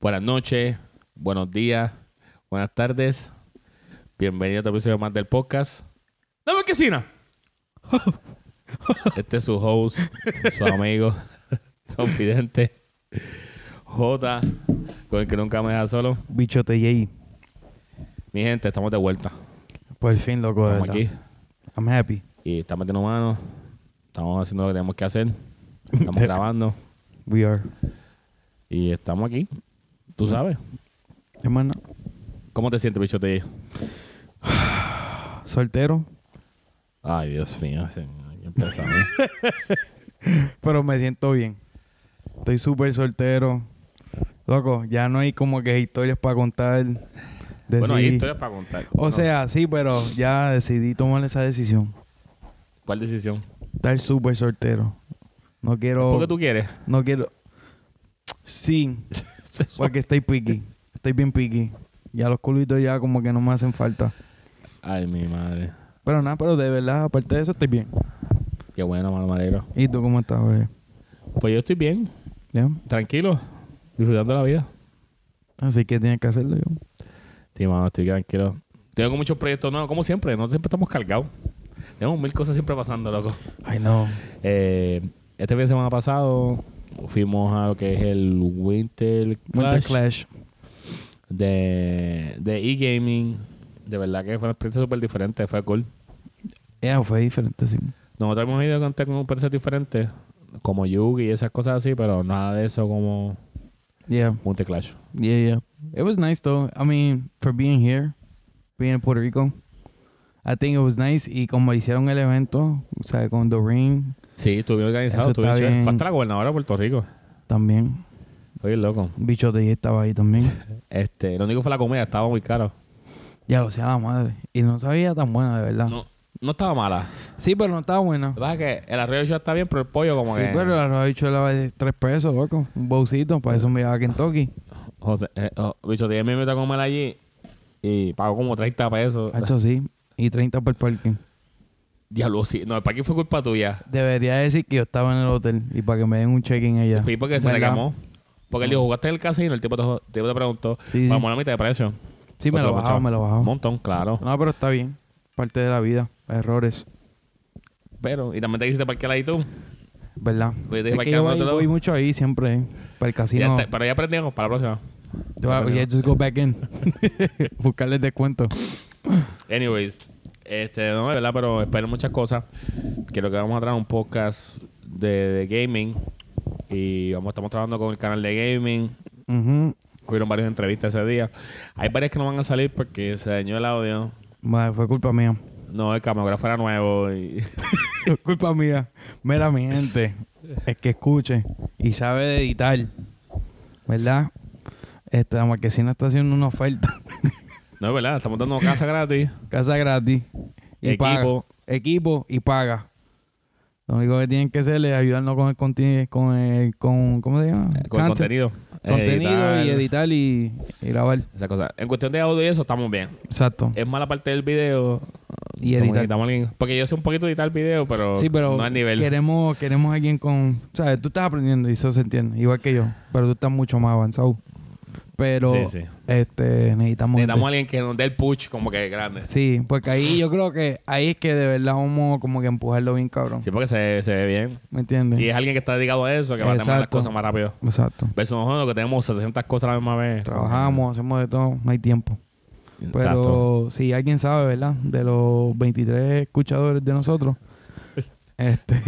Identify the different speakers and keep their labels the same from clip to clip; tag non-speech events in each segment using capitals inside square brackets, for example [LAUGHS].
Speaker 1: Buenas noches, buenos días, buenas tardes. Bienvenido a otro episodio más del podcast. ¡No me quesina! Este es su host, su amigo, [LAUGHS] confidente, J, con el que nunca me deja solo.
Speaker 2: Bichote Jay.
Speaker 1: Mi gente, estamos de vuelta.
Speaker 2: Por fin, loco, de
Speaker 1: Estamos
Speaker 2: verdad.
Speaker 1: aquí
Speaker 2: I'm happy.
Speaker 1: y estamos metiendo manos. Estamos haciendo lo que tenemos que hacer.
Speaker 2: [LAUGHS]
Speaker 1: Estamos grabando
Speaker 2: We are.
Speaker 1: y estamos aquí. Tú sabes.
Speaker 2: Hermano,
Speaker 1: ¿Cómo te sientes, bichote?
Speaker 2: soltero,
Speaker 1: Ay, Dios mío. señor, qué
Speaker 2: [LAUGHS]
Speaker 1: pesado.
Speaker 2: pero me siento bien. Estoy súper soltero. Loco, ya no hay como que historias para contar. Decidí-
Speaker 1: Bueno, hay historias para contar.
Speaker 2: O
Speaker 1: No,
Speaker 2: sea, sí, pero ya decidí tomar esa decisión.
Speaker 1: ¿Cuál decisión?
Speaker 2: Estar súper soltero. No quiero...
Speaker 1: ¿Por qué tú quieres?
Speaker 2: No quiero... Sí,
Speaker 1: [LAUGHS]
Speaker 2: porque estoy piqui. Estoy bien piqui. Ya los culitos ya como que no me hacen falta.
Speaker 1: Ay, mi madre.
Speaker 2: Pero nada, pero de verdad, aparte de eso, estoy bien.
Speaker 1: Qué bueno, mano, me alegro.
Speaker 2: ¿Y tú cómo estás, bebé?
Speaker 1: Pues yo estoy bien,
Speaker 2: ¿Ya?
Speaker 1: tranquilo, disfrutando la vida.
Speaker 2: Así que tienes que hacerlo yo.
Speaker 1: Sí, mano, estoy tranquilo. Tengo muchos proyectos nuevos, como siempre. Nosotros siempre estamos cargados. Tenemos mil cosas siempre pasando, loco.
Speaker 2: Ay, no.
Speaker 1: Eh, este fin de semana pasado fuimos a lo que es el Winter Clash,
Speaker 2: Winter Clash.
Speaker 1: de de e-gaming. de verdad que fue una experiencia súper diferente, fue cool.
Speaker 2: Ya, fue diferente, sí.
Speaker 1: Nosotros hemos ido a cantar con empresas diferentes, como Yugi y esas cosas así, pero nada de eso como
Speaker 2: Yeah,
Speaker 1: Monte Clash.
Speaker 2: yeah, yeah. It was nice, though. I mean, for being here, being in Puerto Rico, I think it was nice. Y como hicieron el evento, o sea, con The Ring
Speaker 1: Sí, estuvimos organizados,
Speaker 2: Eso
Speaker 1: estuvimos
Speaker 2: está
Speaker 1: chévere.
Speaker 2: bien.
Speaker 1: Fue hasta la gobernadora de Puerto Rico.
Speaker 2: también.
Speaker 1: Oye, loco.
Speaker 2: Bicho de estaba
Speaker 1: [LAUGHS]
Speaker 2: ahí también.
Speaker 1: Este, lo único fue la comida, estaba muy caro.
Speaker 2: ya lo sea la madre. Y no sabía tan buena, de verdad.
Speaker 1: No, no estaba mala.
Speaker 2: Sí, pero no estaba buena.
Speaker 1: Lo que pasa es que el arroyo ya está bien, pero el pollo como
Speaker 2: sí,
Speaker 1: que...
Speaker 2: pero la arroz bicho de tres pesos, loco. Un bolsito, para eso me llevaba
Speaker 1: [LAUGHS]
Speaker 2: a Kentucky.
Speaker 1: José, eh, oh, bicho, te me meto a comer allí y pago como 30 pesos.
Speaker 2: Hacho, sí. Y 30 por parking.
Speaker 1: Diablo, sí. No, el parking fue culpa tuya.
Speaker 2: Debería decir que yo estaba en el hotel y para que me den un check-in allá.
Speaker 1: Fui porque se
Speaker 2: Ah, ¿Verdad? Ah.
Speaker 1: reclamó. Porque él dijo, ¿jugaste en el casino? El tipo te, el tipo te preguntó.
Speaker 2: Sí, sí.
Speaker 1: Vamos a la mitad de precio.
Speaker 2: Sí, me
Speaker 1: Otro
Speaker 2: lo
Speaker 1: muchacho.
Speaker 2: bajaba, me lo
Speaker 1: Un
Speaker 2: bajaba.
Speaker 1: montón, claro.
Speaker 2: No, pero está bien. Parte de la vida. Errores.
Speaker 1: Pero, y también te quisiste parquear ahí tú.
Speaker 2: ¿Verdad?
Speaker 1: Oye, te
Speaker 2: es
Speaker 1: iba a
Speaker 2: que
Speaker 1: quedar al
Speaker 2: yo voy,
Speaker 1: otro lado.
Speaker 2: voy mucho ahí siempre. eh, Para el
Speaker 1: Ya
Speaker 2: casino.
Speaker 1: está- pero ya aprendimos para la próxima.
Speaker 2: Yo, yeah, just go back in. [LAUGHS] Buscarles descuento.
Speaker 1: Anyways, este, no, de verdad, pero espero muchas cosas. Creo que vamos a traer un podcast de, de gaming. Y vamos, estamos trabajando con el canal de gaming.
Speaker 2: Ujú.
Speaker 1: Hubieron varias entrevistas ese día. Hay varias que no van a salir porque se dañó el audio.
Speaker 2: Madre, fue culpa mía. [LAUGHS]
Speaker 1: No, el camarógrafo era nuevo. Y... [LAUGHS]
Speaker 2: culpa mía. Mira, mi gente. Es que escuche y sabe de editar. ¿Verdad? Este, la marquesina está haciendo una oferta.
Speaker 1: no, es verdad, estamos dando casa gratis.
Speaker 2: Casa gratis. Y
Speaker 1: Equipo.
Speaker 2: paga. Equipo y paga. Lo único que tienen que hacer es ayudarnos con el contenido, con, el- con ¿cómo se llama?
Speaker 1: Con
Speaker 2: Content.
Speaker 1: contenido.
Speaker 2: Contenido y
Speaker 1: editar.
Speaker 2: editar y, y grabar.
Speaker 1: Esa cosa. En cuestión de audio y eso, estamos bien.
Speaker 2: Exacto.
Speaker 1: Es mala parte del video.
Speaker 2: Y
Speaker 1: como
Speaker 2: editar.
Speaker 1: necesitamos alguien- Porque yo sé un poquito editar video, pero,
Speaker 2: Sí, pero
Speaker 1: no al nivel.
Speaker 2: queremos queremos alguien con, sabes, tú estás aprendiendo y eso se entiende, igual que yo, pero tú estás mucho más avanzado. Pero
Speaker 1: Sí, sí.
Speaker 2: este necesitamos
Speaker 1: Necesitamos a
Speaker 2: gente.
Speaker 1: alguien que nos dé el push como que grande.
Speaker 2: Sí, porque ahí yo creo que ahí es que de verdad vamos como que empujarlo bien cabrón.
Speaker 1: Sí, porque se, se ve bien.
Speaker 2: ¿Me entiendes?
Speaker 1: Y es alguien que está dedicado a eso, que va a terminar las
Speaker 2: Exacto.
Speaker 1: cosas más rápido.
Speaker 2: Exacto.
Speaker 1: Versus nosotros que tenemos 700 cosas a la misma vez.
Speaker 2: Trabajamos, hacemos de todo, no hay tiempo.
Speaker 1: Exacto.
Speaker 2: Pero si alguien sabe, ¿verdad? De los 23 escuchadores
Speaker 1: [LAUGHS]
Speaker 2: de nosotros, este,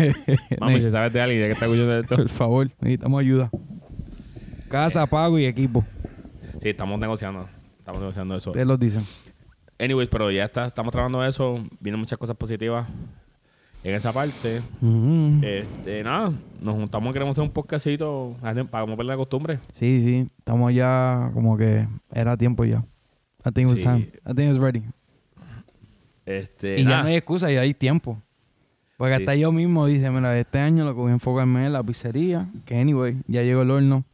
Speaker 1: Mami,
Speaker 2: ne-
Speaker 1: si sabes de alguien ya que está escuchando
Speaker 2: [LAUGHS]
Speaker 1: esto.
Speaker 2: por favor, necesitamos ayuda.
Speaker 1: Eh.
Speaker 2: Casa, pago y equipo,
Speaker 1: Sí, estamos negociando. Estamos negociando eso.
Speaker 2: ustedes los dicen.
Speaker 1: Anyways, pero ya está, estamos trabajando eso. Vienen muchas cosas positivas en esa parte.
Speaker 2: Ujú.
Speaker 1: Este, nada, nos juntamos, queremos hacer un podcastito hace- para como perder la costumbre.
Speaker 2: Sí, sí, estamos ya como que era tiempo ya. I think it's
Speaker 1: Sí.
Speaker 2: time. I think it's ready.
Speaker 1: Este,
Speaker 2: Y
Speaker 1: nada.
Speaker 2: ya no hay excusa, ya hay tiempo. Porque
Speaker 1: Sí.
Speaker 2: hasta yo mismo dice, mira, este año lo que voy a enfocarme es la pizzería, que anyway, ya llegó el horno,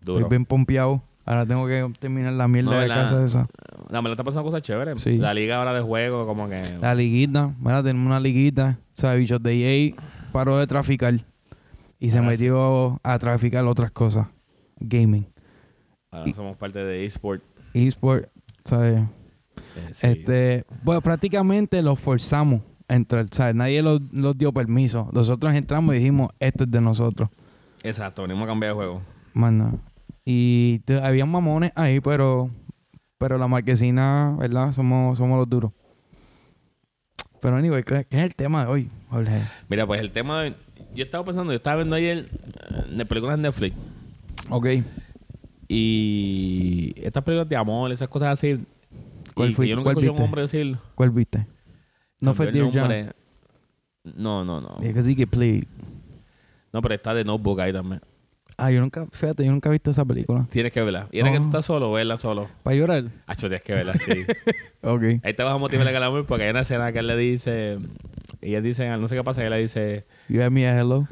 Speaker 1: Duro.
Speaker 2: estoy bien pompeado. Ahora tengo que terminar la mierda
Speaker 1: No,
Speaker 2: de
Speaker 1: la-
Speaker 2: casa esa.
Speaker 1: No, me la está pasando cosas chéveres.
Speaker 2: Sí.
Speaker 1: La liga ahora de juego, como que.
Speaker 2: La liguita, mira, tenemos una liguita. O sea, bichos de EA paró de traficar y se
Speaker 1: Ahora Ah, sí.
Speaker 2: metió a traficar otras cosas. Gaming.
Speaker 1: Ahora somos parte de eSport.
Speaker 2: eSport, ¿sabes?
Speaker 1: Eh, sí.
Speaker 2: Este, bueno, prácticamente los forzamos a entrar, ¿sabes? Nadie los, los dio permiso. Nosotros entramos y dijimos, esto es de nosotros.
Speaker 1: Exacto, venimos a cambiar de juego.
Speaker 2: Más nada. Y te- había mamones ahí, pero pero la marquesina, ¿verdad? Somos, somos los duros. Pero anyway, ¿qué, qué es el tema de hoy, Jorge?
Speaker 1: Mira, pues el tema. de- Yo estaba pensando, yo estaba viendo ayer eh, de películas en Netflix.
Speaker 2: Ok.
Speaker 1: Y estas películas de amor, esas cosas así.
Speaker 2: ¿Cuál
Speaker 1: y que
Speaker 2: fui-
Speaker 1: yo nunca
Speaker 2: cuál
Speaker 1: escuché a un
Speaker 2: viste?
Speaker 1: hombre decir.
Speaker 2: ¿Cuál viste? No fue
Speaker 1: cambió
Speaker 2: Dear
Speaker 1: el
Speaker 2: John.
Speaker 1: nombre. No, no, no.
Speaker 2: Es que sí que play.
Speaker 1: No, pero está de notebook ahí también.
Speaker 2: Ah, yo nunca, fíjate, yo nunca he visto esa película.
Speaker 1: Tienes que verla. Y era
Speaker 2: Oh.
Speaker 1: que tú estás solo, verla solo.
Speaker 2: ¿Para llorar?
Speaker 1: Hacho, tienes que verla, sí.
Speaker 2: [LAUGHS] Ok.
Speaker 1: Ahí te vas a motivar el amor porque hay una escena que él le dice. Ella dice, no sé qué pasa, que él le dice.
Speaker 2: You have me a
Speaker 1: [LAUGHS]
Speaker 2: hello.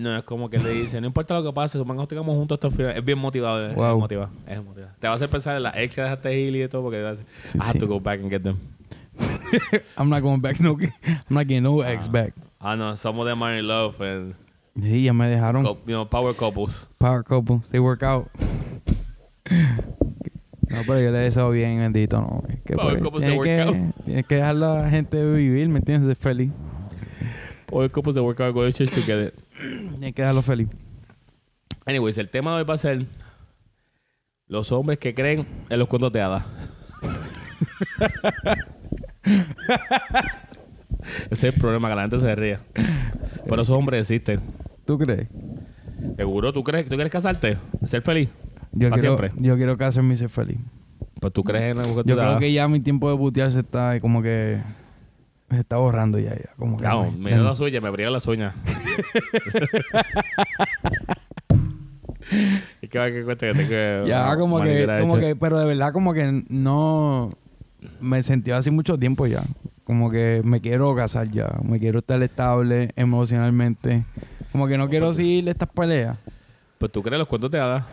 Speaker 1: No, es como que él le dice, no importa lo que pase, supongamos que estemos juntos hasta el final. Es bien motivado, es- es,
Speaker 2: Wow.
Speaker 1: motivado, es motivado. Te va a hacer pensar en la ex que dejaste ir y todo porque vas a decir,
Speaker 2: Sí,
Speaker 1: I have
Speaker 2: sí.
Speaker 1: to go back and get them.
Speaker 2: I'm not going back. No, I'm not getting no ex back.
Speaker 1: Ah, no, some of them are in love and,
Speaker 2: Sí, ya me dejaron.
Speaker 1: cou- you know, power couples.
Speaker 2: Power couple. They work out. No, pero yo le deseo bien, bendito. No, Es que,
Speaker 1: Power
Speaker 2: pues,
Speaker 1: couples, they
Speaker 2: tienes,
Speaker 1: work
Speaker 2: que, [LAUGHS] tienes que dejar a la gente vivir, ¿me entiendes? Ser feliz.
Speaker 1: Power couples that work out, go to church together.
Speaker 2: Tienes que dejarlo feliz.
Speaker 1: Anyways, el tema de hoy va a ser los hombres que creen en los cuentos de [LAUGHS] hadas. Ese es el problema, que la gente se ría. Pero esos hombres existen.
Speaker 2: ¿Tú crees?
Speaker 1: Seguro, ¿tú crees? ¿Tú quieres casarte? ¿Ser feliz?
Speaker 2: Yo
Speaker 1: Para
Speaker 2: quiero,
Speaker 1: siempre.
Speaker 2: yo quiero casarme y ser feliz.
Speaker 1: Pues tú crees en la mujer
Speaker 2: Yo
Speaker 1: de
Speaker 2: creo
Speaker 1: la-
Speaker 2: que ya mi tiempo de putear se está como que... Se está borrando ya, ya. Como que
Speaker 1: Claro,
Speaker 2: no,
Speaker 1: me
Speaker 2: ya
Speaker 1: dio
Speaker 2: no.
Speaker 1: las uñas, me abrió las
Speaker 2: [LAUGHS]
Speaker 1: uñas. ¿Y qué va que cuesta que tengo
Speaker 2: [LAUGHS] Ya
Speaker 1: una
Speaker 2: como que,
Speaker 1: manicura
Speaker 2: como
Speaker 1: hecha?
Speaker 2: que, pero de verdad como que no me sentí así mucho tiempo ya. Como que me quiero casar ya, me quiero estar estable emocionalmente. Como que no quiero seguir estas peleas.
Speaker 1: Pues tú crees los cuentos de hadas.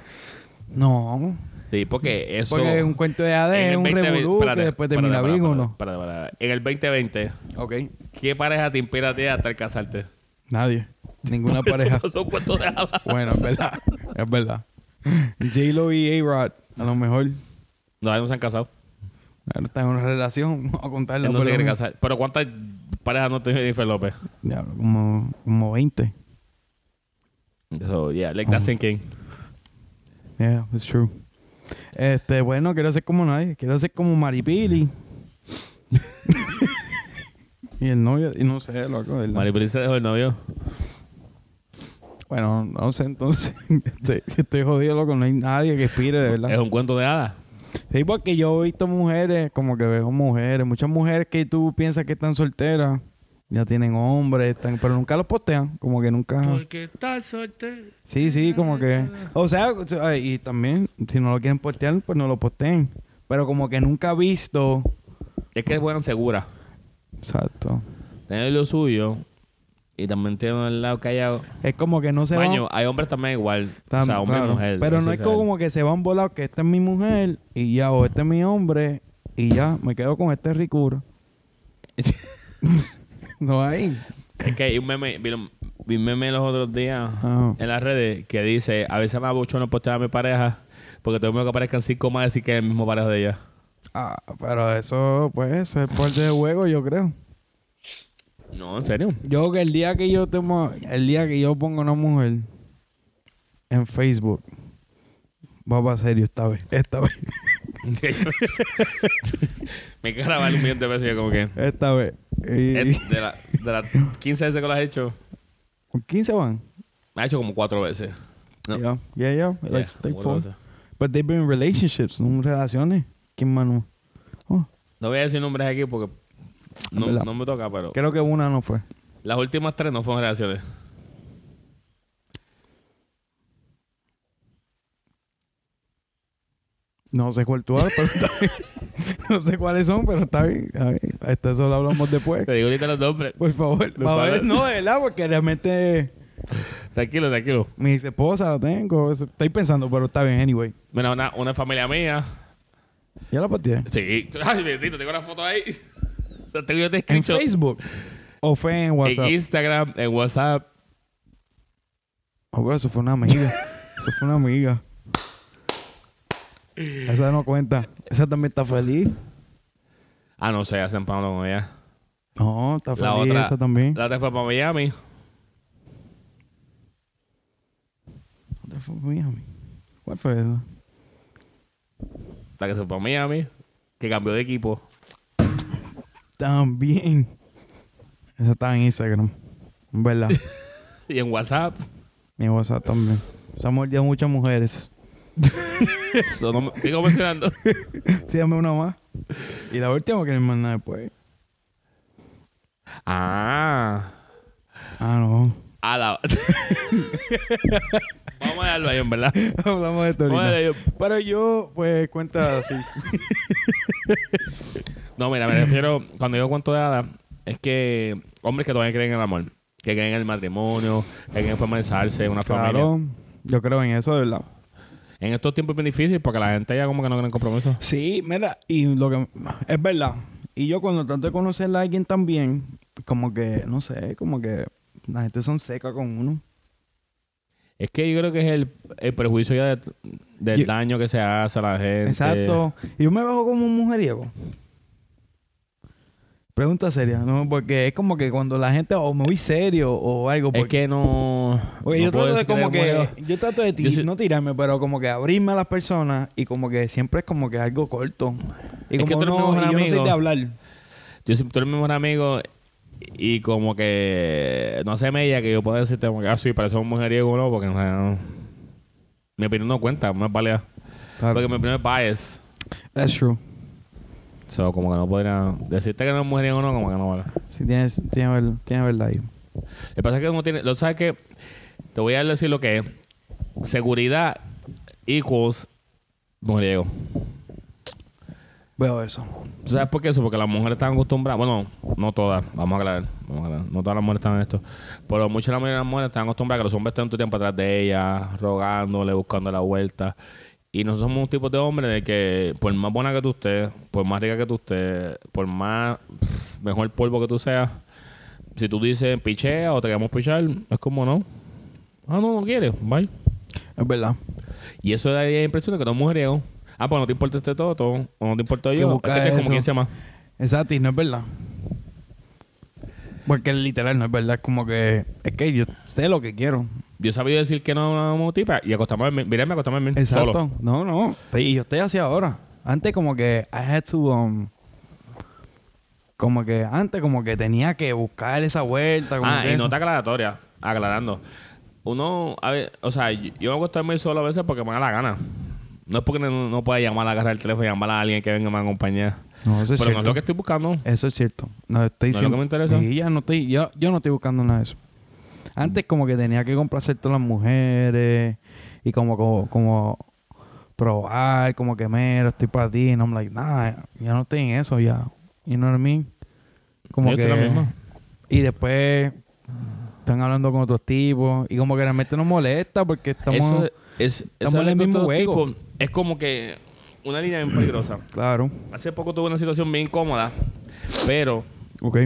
Speaker 2: No,
Speaker 1: Sí, porque eso...
Speaker 2: porque un cuento de AD
Speaker 1: en
Speaker 2: es
Speaker 1: el
Speaker 2: un
Speaker 1: 20
Speaker 2: revolú que
Speaker 1: espérate,
Speaker 2: después
Speaker 1: espérate,
Speaker 2: termina
Speaker 1: espérate,
Speaker 2: bien o no.
Speaker 1: espérate, espérate, espérate. En el 2020,
Speaker 2: Ok.
Speaker 1: ¿qué pareja te inspira a ti a estar
Speaker 2: [LAUGHS]
Speaker 1: casarte?
Speaker 2: Nadie.
Speaker 1: [LAUGHS]
Speaker 2: Ninguna pareja.
Speaker 1: Eso no son cuentos de hadas.
Speaker 2: Bueno, es verdad. Es verdad. J-Lo y A-Rod, a lo mejor
Speaker 1: No, no se han casado.
Speaker 2: ahora están en una relación. [LAUGHS] Vamos a contarla.
Speaker 1: Él no
Speaker 2: por
Speaker 1: se
Speaker 2: lo
Speaker 1: quiere
Speaker 2: menos.
Speaker 1: casar. Pero ¿cuántas parejas no tiene Jennifer López?
Speaker 2: Diablo, como, como 20.
Speaker 1: Eso, yeah, like that
Speaker 2: Oh.
Speaker 1: sinking.
Speaker 2: Yeah, it's true. Este, bueno, quiero ser como nadie. Quiero ser como Maripili. y el novio, y no sé, loco. ¿verdad?
Speaker 1: Maripili se dejó el novio.
Speaker 2: Bueno, no sé, entonces. [LAUGHS] este, si estoy jodido, loco. No hay nadie que inspire, de
Speaker 1: Es
Speaker 2: verdad.
Speaker 1: un cuento de hadas.
Speaker 2: Sí, porque yo he visto mujeres, como que veo mujeres. Muchas mujeres que tú piensas que están solteras. Ya tienen hombres, están, pero nunca los postean. Como que nunca.
Speaker 1: Porque estás soltero.
Speaker 2: Sí, sí, como que. O sea, o sea, y también, si no lo quieren postear, pues no lo posteen. Pero como que nunca he visto.
Speaker 1: Es que es buena segura.
Speaker 2: Exacto.
Speaker 1: Tener lo suyo y también tiene el lado callado.
Speaker 2: Es como que no se
Speaker 1: Baño,
Speaker 2: van.
Speaker 1: hay hombres también igual.
Speaker 2: tan-
Speaker 1: o sea, hombre y
Speaker 2: claro.
Speaker 1: mujer.
Speaker 2: Pero
Speaker 1: Eso
Speaker 2: no es como,
Speaker 1: real.
Speaker 2: que se van volados que esta es mi mujer y ya, o este es mi hombre y ya, me quedo con este
Speaker 1: [LAUGHS]
Speaker 2: ricuro. no hay.
Speaker 1: Es que hay un meme, vi un vi un meme los otros días
Speaker 2: Ah.
Speaker 1: en las redes que dice, a veces me abochono postear a mi pareja porque tengo miedo que aparezcan cinco más y decir que es el mismo pareja de ella.
Speaker 2: Ah, pero eso, pues, es parte de juego, yo creo.
Speaker 1: No, en serio. [LAUGHS]
Speaker 2: Yo que el día que yo tengo, el día que yo pongo una mujer en Facebook, va para serio esta vez, esta vez, [LAUGHS]
Speaker 1: me queda grabar un millón de veces yo como que...
Speaker 2: esta vez. Y,
Speaker 1: es De las de las 15 veces que lo has hecho,
Speaker 2: ¿Con 15 van?
Speaker 1: me ha hecho como cuatro veces. No.
Speaker 2: Yeah, yeah, yeah. Like,
Speaker 1: Yeah,
Speaker 2: like
Speaker 1: cuatro
Speaker 2: four.
Speaker 1: veces.
Speaker 2: But they've been in relationships, no relaciones. ¿Quién más no? Oh,
Speaker 1: No voy a decir nombres aquí porque no,
Speaker 2: ¿Verdad?
Speaker 1: no me toca, pero...
Speaker 2: creo que una no fue.
Speaker 1: Las últimas tres no fueron relaciones.
Speaker 2: No sé cuál tú hablas, pero está bien. No sé cuáles son, pero está bien. Está bien. Hasta eso lo hablamos después.
Speaker 1: Te digo ahorita los nombres.
Speaker 2: Por favor.
Speaker 1: Me
Speaker 2: Pa' ver-
Speaker 1: parece-
Speaker 2: No, de verdad, porque realmente
Speaker 1: Tranquilo, tranquilo.
Speaker 2: mi esposa la tengo. eso- Estoy pensando, pero está bien, anyway.
Speaker 1: Mira, una, una familia mía.
Speaker 2: Ya la partí.
Speaker 1: Sí. [LAUGHS] Ay, bendito, tengo una foto ahí. La tengo yo de
Speaker 2: ¿En
Speaker 1: screenshot.
Speaker 2: Facebook? ¿O fue en WhatsApp?
Speaker 1: En Instagram, en WhatsApp.
Speaker 2: Oh, bro, eso fue una amiga. eso fue una amiga. Esa no cuenta.
Speaker 3: Esa también está feliz.
Speaker 1: Ah, no sé, hacen pan con ella.
Speaker 2: No, está
Speaker 1: La
Speaker 2: feliz
Speaker 1: otra,
Speaker 2: esa también.
Speaker 1: La otra fue para Miami.
Speaker 2: ¿Dónde fue Miami? ¿Cuál fue esa?
Speaker 1: La que se fue para Miami. Que cambió de equipo.
Speaker 2: También. Esa está en Instagram.
Speaker 1: [LAUGHS]
Speaker 2: ¿Verdad?
Speaker 1: Y en WhatsApp.
Speaker 2: y en WhatsApp también. Se han mordido muchas mujeres.
Speaker 1: Eso no
Speaker 2: [LAUGHS]
Speaker 1: me- sigo mencionando.
Speaker 2: Sí, dame una más. Y la última que me mandan después.
Speaker 1: Ah.
Speaker 2: Ah, no. [LAUGHS]
Speaker 1: A la... [LAUGHS] Vamos a dejarlo ahí, en verdad.
Speaker 2: Hablamos de esto
Speaker 1: Vamos a
Speaker 2: ahorita.
Speaker 1: dejarlo ahí.
Speaker 2: Pero yo, pues, cuenta [LAUGHS] así.
Speaker 1: No, mira,
Speaker 2: [CLEARS THROAT]
Speaker 1: me refiero, cuando yo cuento de hadas, es que hombres que todavía creen en el amor, que creen en el matrimonio, que creen en formalizarse, en una familia.
Speaker 2: claro. Yo creo en eso, de verdad.
Speaker 1: En estos tiempos es bien difícil porque la gente ya como que no cree en compromiso.
Speaker 2: Sí, mira, y lo que es verdad. Y yo cuando trato de conocer a alguien también, como que, no sé, como que la gente son seca con uno.
Speaker 1: Es que yo creo que es el, el perjuicio ya de- del
Speaker 2: Yo-
Speaker 1: daño que se hace a la gente.
Speaker 2: Exacto. Y yo me bajo como un mujeriego. Pregunta seria, ¿no? Porque es como que cuando la gente, o me voy serio o algo.
Speaker 1: Es
Speaker 2: Porque,
Speaker 1: que no.
Speaker 2: Oye,
Speaker 1: no
Speaker 2: yo
Speaker 1: puedo
Speaker 2: trato de
Speaker 1: decir
Speaker 2: como
Speaker 1: le
Speaker 2: que.
Speaker 1: muero.
Speaker 2: Yo trato de ti-
Speaker 1: Yo sí-
Speaker 2: no tirarme, pero como que abrirme a las personas y como que siempre es como que algo corto. Y
Speaker 1: Es que tú
Speaker 2: como
Speaker 1: eres mi mejor
Speaker 2: no, y yo no soy
Speaker 1: amigo.
Speaker 2: de hablar.
Speaker 1: Yo soy tú eres mi mejor amigo y como que. No sé, media que yo pueda decirte, como que, ah, sí, parece un mujeriego o no, porque o sea, no. Mi opinión no cuenta, no es válida. Porque mi opinión es bias.
Speaker 2: That's true.
Speaker 1: So, como que no podría decirte que no es mujeriego o no, como que no vale.
Speaker 2: Sí, tienes, tienes, verdad, tienes verdad ahí.
Speaker 1: Lo que pasa es que uno tiene. Lo sabes que. Te voy a decir lo que es. Seguridad equals mujeriego.
Speaker 2: Veo eso.
Speaker 1: ¿Tú ¿Sabes por qué eso? Porque las mujeres están acostumbradas. Bueno, no todas, vamos a aclarar. Vamos a aclarar. No todas las mujeres están en esto. Pero muchas de las mujeres- las mujeres están acostumbradas a que los hombres estén todo el tiempo atrás de ellas, rogándole, buscando la vuelta. Y nosotros somos un tipo de hombre de que, por más buena que tú estés, por más rica que tú estés, por más pff, mejor polvo que tú seas, si tú dices pichea o te queremos pichar, es como no. Ah, no, no quieres, bye.
Speaker 2: Es verdad.
Speaker 1: Y eso da la impresión de que no es mujeriego. Ah, pues no te importa este toto, o no te importa
Speaker 2: Que
Speaker 1: yo. Es que
Speaker 2: busca
Speaker 1: es como
Speaker 2: eso.
Speaker 1: quien sea más.
Speaker 2: Exacto, y no es verdad. Porque literal no es verdad. Es como que. Es que yo sé lo que quiero.
Speaker 1: Yo he sabido decir que no a una motipa y acostarme a dormir. Mira, me acostarme a dormir
Speaker 2: Exacto.
Speaker 1: solo.
Speaker 2: No, no. Y yo estoy así ahora. Antes como que I had to um, como que antes como que tenía que buscar esa vuelta. Como
Speaker 1: Ah,
Speaker 2: que
Speaker 1: y
Speaker 2: eso.
Speaker 1: nota aclaratoria. Aclarando. Uno, a ver, o sea, yo yo me acuesto a dormir solo a veces porque me da la gana. No es porque no, no pueda llamar, agarrar el teléfono y llamar a alguien que venga a me acompañar.
Speaker 2: No, eso es
Speaker 1: Pero no es
Speaker 2: cierto.
Speaker 1: lo que estoy buscando.
Speaker 2: Eso es cierto. No estoy
Speaker 1: ¿No es lo que me interesa?
Speaker 2: Sí, ya no estoy, yo, yo no estoy buscando nada de eso. Antes como que tenía que complacer todas las mujeres y como como, como probar, como que mero, estoy para ti. Y no, I'm like, nah, ya no estoy en eso ya. You know what I mean? Como
Speaker 1: Yo
Speaker 2: que...
Speaker 1: estoy la misma.
Speaker 2: Y después están hablando con otros tipos y como que realmente nos molesta porque estamos...
Speaker 1: eso es, eso
Speaker 2: estamos en
Speaker 1: es lo
Speaker 2: el
Speaker 1: que
Speaker 2: mismo
Speaker 1: todo
Speaker 2: juego.
Speaker 1: tipo- es como que una línea bien peligrosa.
Speaker 2: Claro.
Speaker 1: Hace poco tuve una situación bien incómoda, pero
Speaker 2: Ok.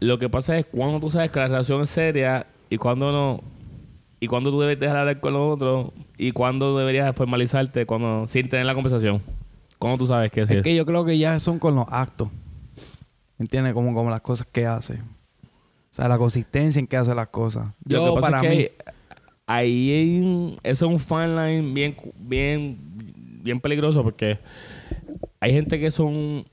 Speaker 1: Lo que pasa es cuando tú sabes que la relación es seria y cuando no. Y cuando tú debes dejar hablar con los otros y cuando deberías formalizarte cuando, sin tener la conversación. ¿Cómo tú sabes que es
Speaker 2: Es
Speaker 1: cierto?
Speaker 2: que yo creo que ya son con los actos. ¿Entiendes? Como, como las cosas que hace. O sea, la consistencia en que hace las cosas.
Speaker 1: Lo
Speaker 2: Yo,
Speaker 1: que pasa
Speaker 2: para
Speaker 1: es que
Speaker 2: mí...
Speaker 1: ahí hay un- eso es un fine line bien, cu- bien, bien peligroso porque hay gente que son.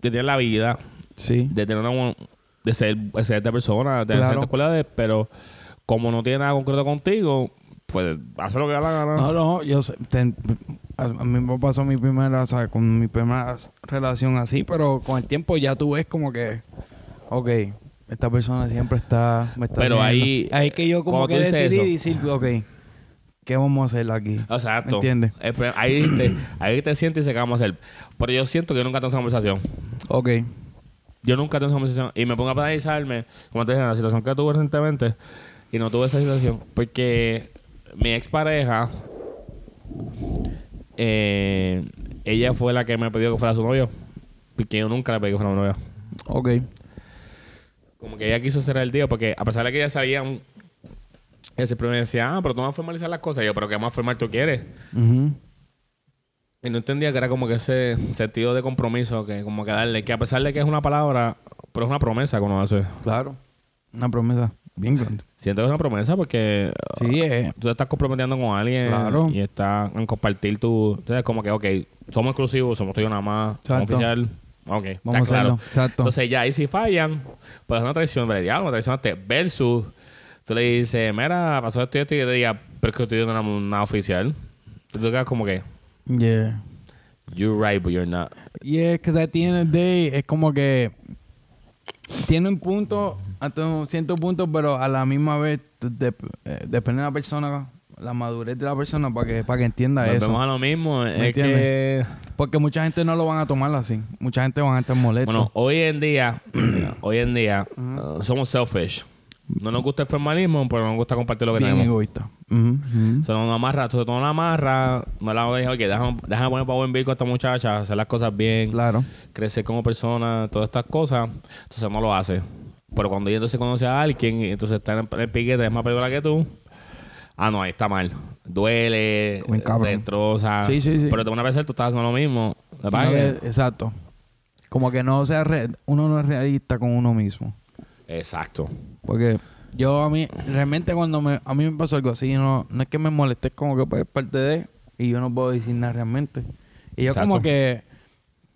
Speaker 1: que tienen la vida
Speaker 2: Sí.
Speaker 1: de tener una. bu- de ser excelente persona, de tener
Speaker 2: Claro.
Speaker 1: ciertas cualidades, pero como no tiene nada concreto contigo, pues hace lo que da la gana.
Speaker 2: No, no, yo sé, te- a, a mí me pasó mi primera, o sea, con mi primera s- relación así, pero con el tiempo ya tú ves como que, ok, esta persona siempre está, me está
Speaker 1: Pero ahí-
Speaker 2: teniendo. ahí que yo como
Speaker 1: cuando
Speaker 2: que
Speaker 1: tú dices
Speaker 2: decidí decir, ok, ¿qué vamos a hacer aquí?
Speaker 1: Exacto.
Speaker 2: ¿Entiendes?
Speaker 1: Eh, pero Ahí te, ahí te sientes y se acabamos a hacer. Pero yo siento que yo nunca tengo esa conversación.
Speaker 2: Ok,
Speaker 1: Yo nunca tengo esa conversación. Y me pongo a paralizarme, como te dije, en la situación que tuve recientemente. Y no tuve esa situación. Porque mi expareja, eh, ella fue la que me pidió que fuera su novio. Porque yo nunca le pedí que fuera mi novio.
Speaker 2: ok,
Speaker 1: Como que ella quiso cerrar el día, porque a pesar de que ya sabían, ella siempre me decía, ah, pero tú no vas a formalizar las cosas. Y yo, pero ¿qué más formal tú quieres?
Speaker 2: ujú,
Speaker 1: Y no entendía que era como que ese sentido de compromiso que como que darle, que a pesar de que es una palabra, pero es una promesa que uno hace.
Speaker 2: Claro. Una promesa bien grande.
Speaker 1: Siento que es una promesa porque eh,
Speaker 2: Sí, eh. es.
Speaker 1: tú te estás comprometiendo con alguien
Speaker 2: Claro.
Speaker 1: y estás en compartir tu... Entonces como que, ok, somos exclusivos, somos tuyos nada más, somos
Speaker 2: Exacto.
Speaker 1: oficial. Ok, está
Speaker 2: Vamos a
Speaker 1: claro.
Speaker 2: hacerlo. Exacto.
Speaker 1: Entonces ya ahí si fallan, pues es una traición, ¿verdad? Ya, Una traición antes. Versus, tú le dices, mira, pasó esto y esto y yo te diga, pero es que estoy no una nada oficial. Tú te quedas como que,
Speaker 2: yeah.
Speaker 1: you're right, but you're not.
Speaker 2: Yeah, because at the end of the day, es como que tiene un punto, hasta un cierto punto, pero a la misma vez tú de- eh, depende de la persona, la madurez de la persona para que, para que entienda
Speaker 1: Volvemos
Speaker 2: eso.
Speaker 1: a lo mismo. Es que,
Speaker 2: entiendes? Porque mucha gente no lo van a tomar así. Mucha gente van a estar molesta.
Speaker 1: bueno, hoy en día, hoy en día, uh, somos selfish. No nos gusta el formalismo, pero nos gusta compartir lo que
Speaker 2: bien
Speaker 1: tenemos.
Speaker 2: egoísta. Ujú, ujú.
Speaker 1: Se nos amarra, se nos amarra. No la dije, oye, déjame, déjame poner para buen bico a esta muchacha, hacer las cosas bien.
Speaker 2: Claro.
Speaker 1: crecer como persona, todas estas cosas, entonces no lo hace. Pero cuando ella entonces conoce a alguien, y entonces está en el, en el piquete, es más perdedora que tú. Ah, no, ahí está mal. Duele,
Speaker 2: Buen cabrón.
Speaker 1: destroza.
Speaker 2: Sí, sí, sí.
Speaker 1: Pero de una vez tú estás haciendo lo mismo. La
Speaker 2: Uno
Speaker 1: verdad
Speaker 2: de- exacto. Como que no sea re- uno no es realista con uno mismo.
Speaker 1: que-
Speaker 2: [LAUGHS]
Speaker 1: Exacto.
Speaker 2: Porque yo a mí, realmente cuando me, a mí me pasó algo así, no, no es que me molesté, es como que pues, es parte de, y yo no puedo decir nada realmente. Y yo
Speaker 1: Exacto.
Speaker 2: como que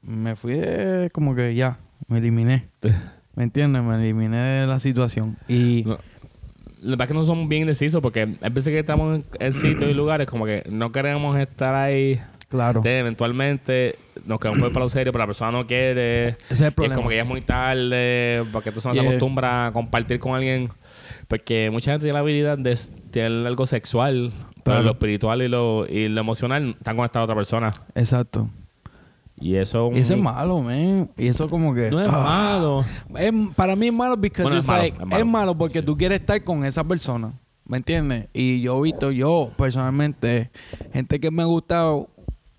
Speaker 2: me fui de, como que ya, me eliminé. ¿Me entiendes? Me eliminé de la situación. Y
Speaker 1: No. La verdad es que no somos bien indecisos porque hay veces que estamos en, en sitios y lugares como que no queremos estar ahí.
Speaker 2: claro,
Speaker 1: Entonces, eventualmente nos quedamos por el palo serio, pero la persona no quiere.
Speaker 2: ese es el
Speaker 1: Y Es
Speaker 2: problema.
Speaker 1: como que ya es muy tarde, porque entonces no se
Speaker 2: Yeah.
Speaker 1: acostumbra a compartir con alguien. Porque mucha gente tiene la habilidad de s- tener algo sexual, pero
Speaker 2: Claro.
Speaker 1: lo espiritual y lo, y lo emocional están conectados a otra persona.
Speaker 2: Exacto.
Speaker 1: Y eso
Speaker 2: Y eso es malo, man. Y eso como que...
Speaker 1: No es
Speaker 2: ah.
Speaker 1: malo.
Speaker 2: Es- para mí es malo porque
Speaker 1: Bueno, es
Speaker 2: es,
Speaker 1: malo,
Speaker 2: like-
Speaker 1: es malo.
Speaker 2: es malo porque tú quieres estar con esa persona. ¿Me entiendes? Y yo he visto, yo personalmente, gente que me gusta,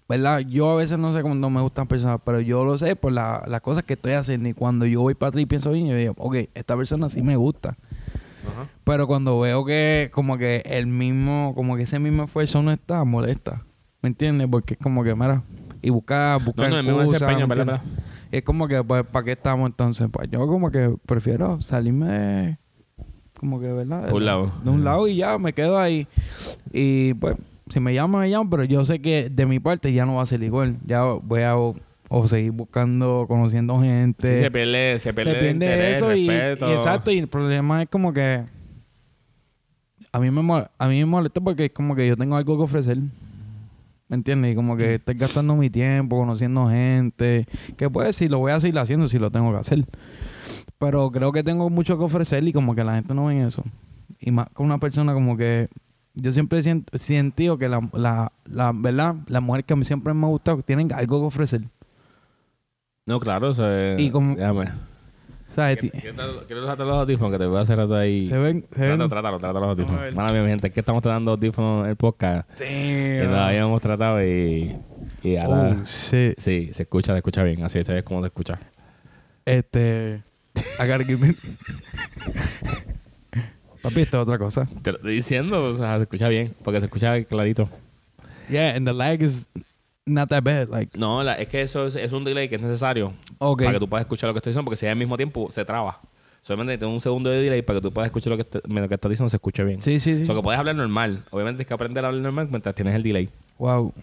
Speaker 2: ¿verdad? Yo a veces no sé cuándo me gustan personas, pero yo lo sé por la- las cosas que estoy haciendo. Y cuando yo voy para atrás y pienso bien, yo digo, ok, esta persona sí me gusta. Pero cuando veo que como que el mismo, como que ese mismo esfuerzo no está, molesta. ¿Me entiendes? Porque es como que, mira, y buscar, buscar
Speaker 1: no, el mismo desempeño, ¿verdad,
Speaker 2: ¿me entiendes? Es como que, pues, ¿para qué estamos entonces? Pues yo como que prefiero salirme de- como que, ¿verdad?
Speaker 1: Por un lado.
Speaker 2: De un lado y ya, me quedo ahí. Y pues, si me llaman, me llaman, pero yo sé que de mi parte ya no va a ser igual. Ya voy a o, o seguir buscando, conociendo
Speaker 1: Sí,
Speaker 2: gente
Speaker 1: se pierde, se pierde,
Speaker 2: se pierde
Speaker 1: interés,
Speaker 2: eso y,
Speaker 1: respeto.
Speaker 2: y exacto y el problema es como que a mí me mol- a mí me molesta porque es como que yo tengo algo que ofrecer ¿me entiendes? y como
Speaker 1: Mm.
Speaker 2: que estoy gastando mi tiempo conociendo gente que pues si lo voy a seguir haciendo si lo tengo que hacer pero creo que tengo mucho que ofrecer y como que la gente no ve eso y más con una persona como que yo siempre siento, he sentido que la, la, la verdad las mujeres que a mí siempre me ha gustado tienen algo que ofrecer
Speaker 1: No, claro, eso es...
Speaker 2: Y como-
Speaker 1: Déjame.
Speaker 2: ¿sabes? Ti-
Speaker 1: Quiero quiero dejarte los audífonos que te voy a hacer rato ahí.
Speaker 2: se ven se
Speaker 1: Trátalo,
Speaker 2: ven
Speaker 1: trátalo, trátalo los
Speaker 2: a
Speaker 1: audífonos.
Speaker 2: ver.
Speaker 1: Mala mía, mi gente, es que estamos tratando audífonos en el podcast. Que
Speaker 2: Damn.
Speaker 1: todavía hemos tratado y... Y ahora...
Speaker 2: Oh, shit.
Speaker 1: Sí, se escucha, se escucha bien. Así es como se escucha.
Speaker 2: Este. I gotta give me- Papi, esta es otra cosa.
Speaker 1: Te lo estoy diciendo, o sea, se escucha bien, porque se escucha clarito.
Speaker 2: Yeah, and the lag is not that bad. Like,
Speaker 1: No, la- es que eso es, es un delay que es necesario
Speaker 2: okay.
Speaker 1: para que tú puedas escuchar lo que estoy diciendo, porque si es al mismo tiempo, se traba. Solamente tengo un segundo de delay para que tú puedas escuchar lo que, te- lo que estás diciendo, se escuche bien.
Speaker 2: Sí, sí,
Speaker 1: O
Speaker 2: sí.
Speaker 1: sea, que puedes hablar normal. Obviamente tienes que aprender a hablar normal mientras tienes el delay.
Speaker 2: Wow.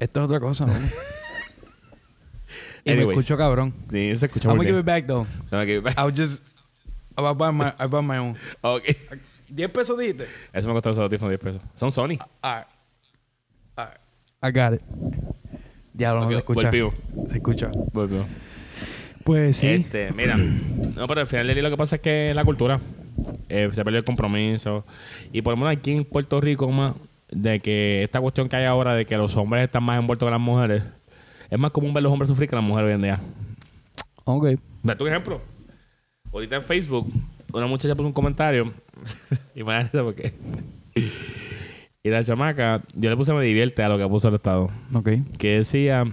Speaker 2: Esto es otra cosa, [LAUGHS] man. y me
Speaker 1: Anyways.
Speaker 2: escucho cabrón.
Speaker 1: Sí, se escucha
Speaker 2: I'm
Speaker 1: muy
Speaker 2: gonna give
Speaker 1: bien.
Speaker 2: it back, [LAUGHS] though.
Speaker 1: No, me equivoqué.
Speaker 2: I'll just. I'll buy my, I'll buy my own.
Speaker 1: Ok.
Speaker 2: 10 pesos dijiste.
Speaker 1: [LAUGHS] Eso me costó los audífonos 10 pesos. Son Sony.
Speaker 2: Alright. Alright. I got it. Diablo,
Speaker 1: Ok,
Speaker 2: no se escucha.
Speaker 1: volvimos.
Speaker 2: Se escucha.
Speaker 1: Volvió.
Speaker 2: Pues sí.
Speaker 1: Este, mira. No, pero al final del día lo que pasa es que es la cultura. Eh, se perdió el compromiso. Y por lo menos aquí en Puerto Rico, más de que esta cuestión que hay ahora de que los hombres están más envueltos que las mujeres, es más común ver los hombres sufrir que las mujeres hoy en día.
Speaker 2: Ok.
Speaker 1: Date un ejemplo. Ahorita en Facebook, una muchacha puso un comentario. [LAUGHS] Imagínate por qué. Y la chamaca, yo le puse me divierte a lo que puso el estado
Speaker 2: Ok.
Speaker 1: que decía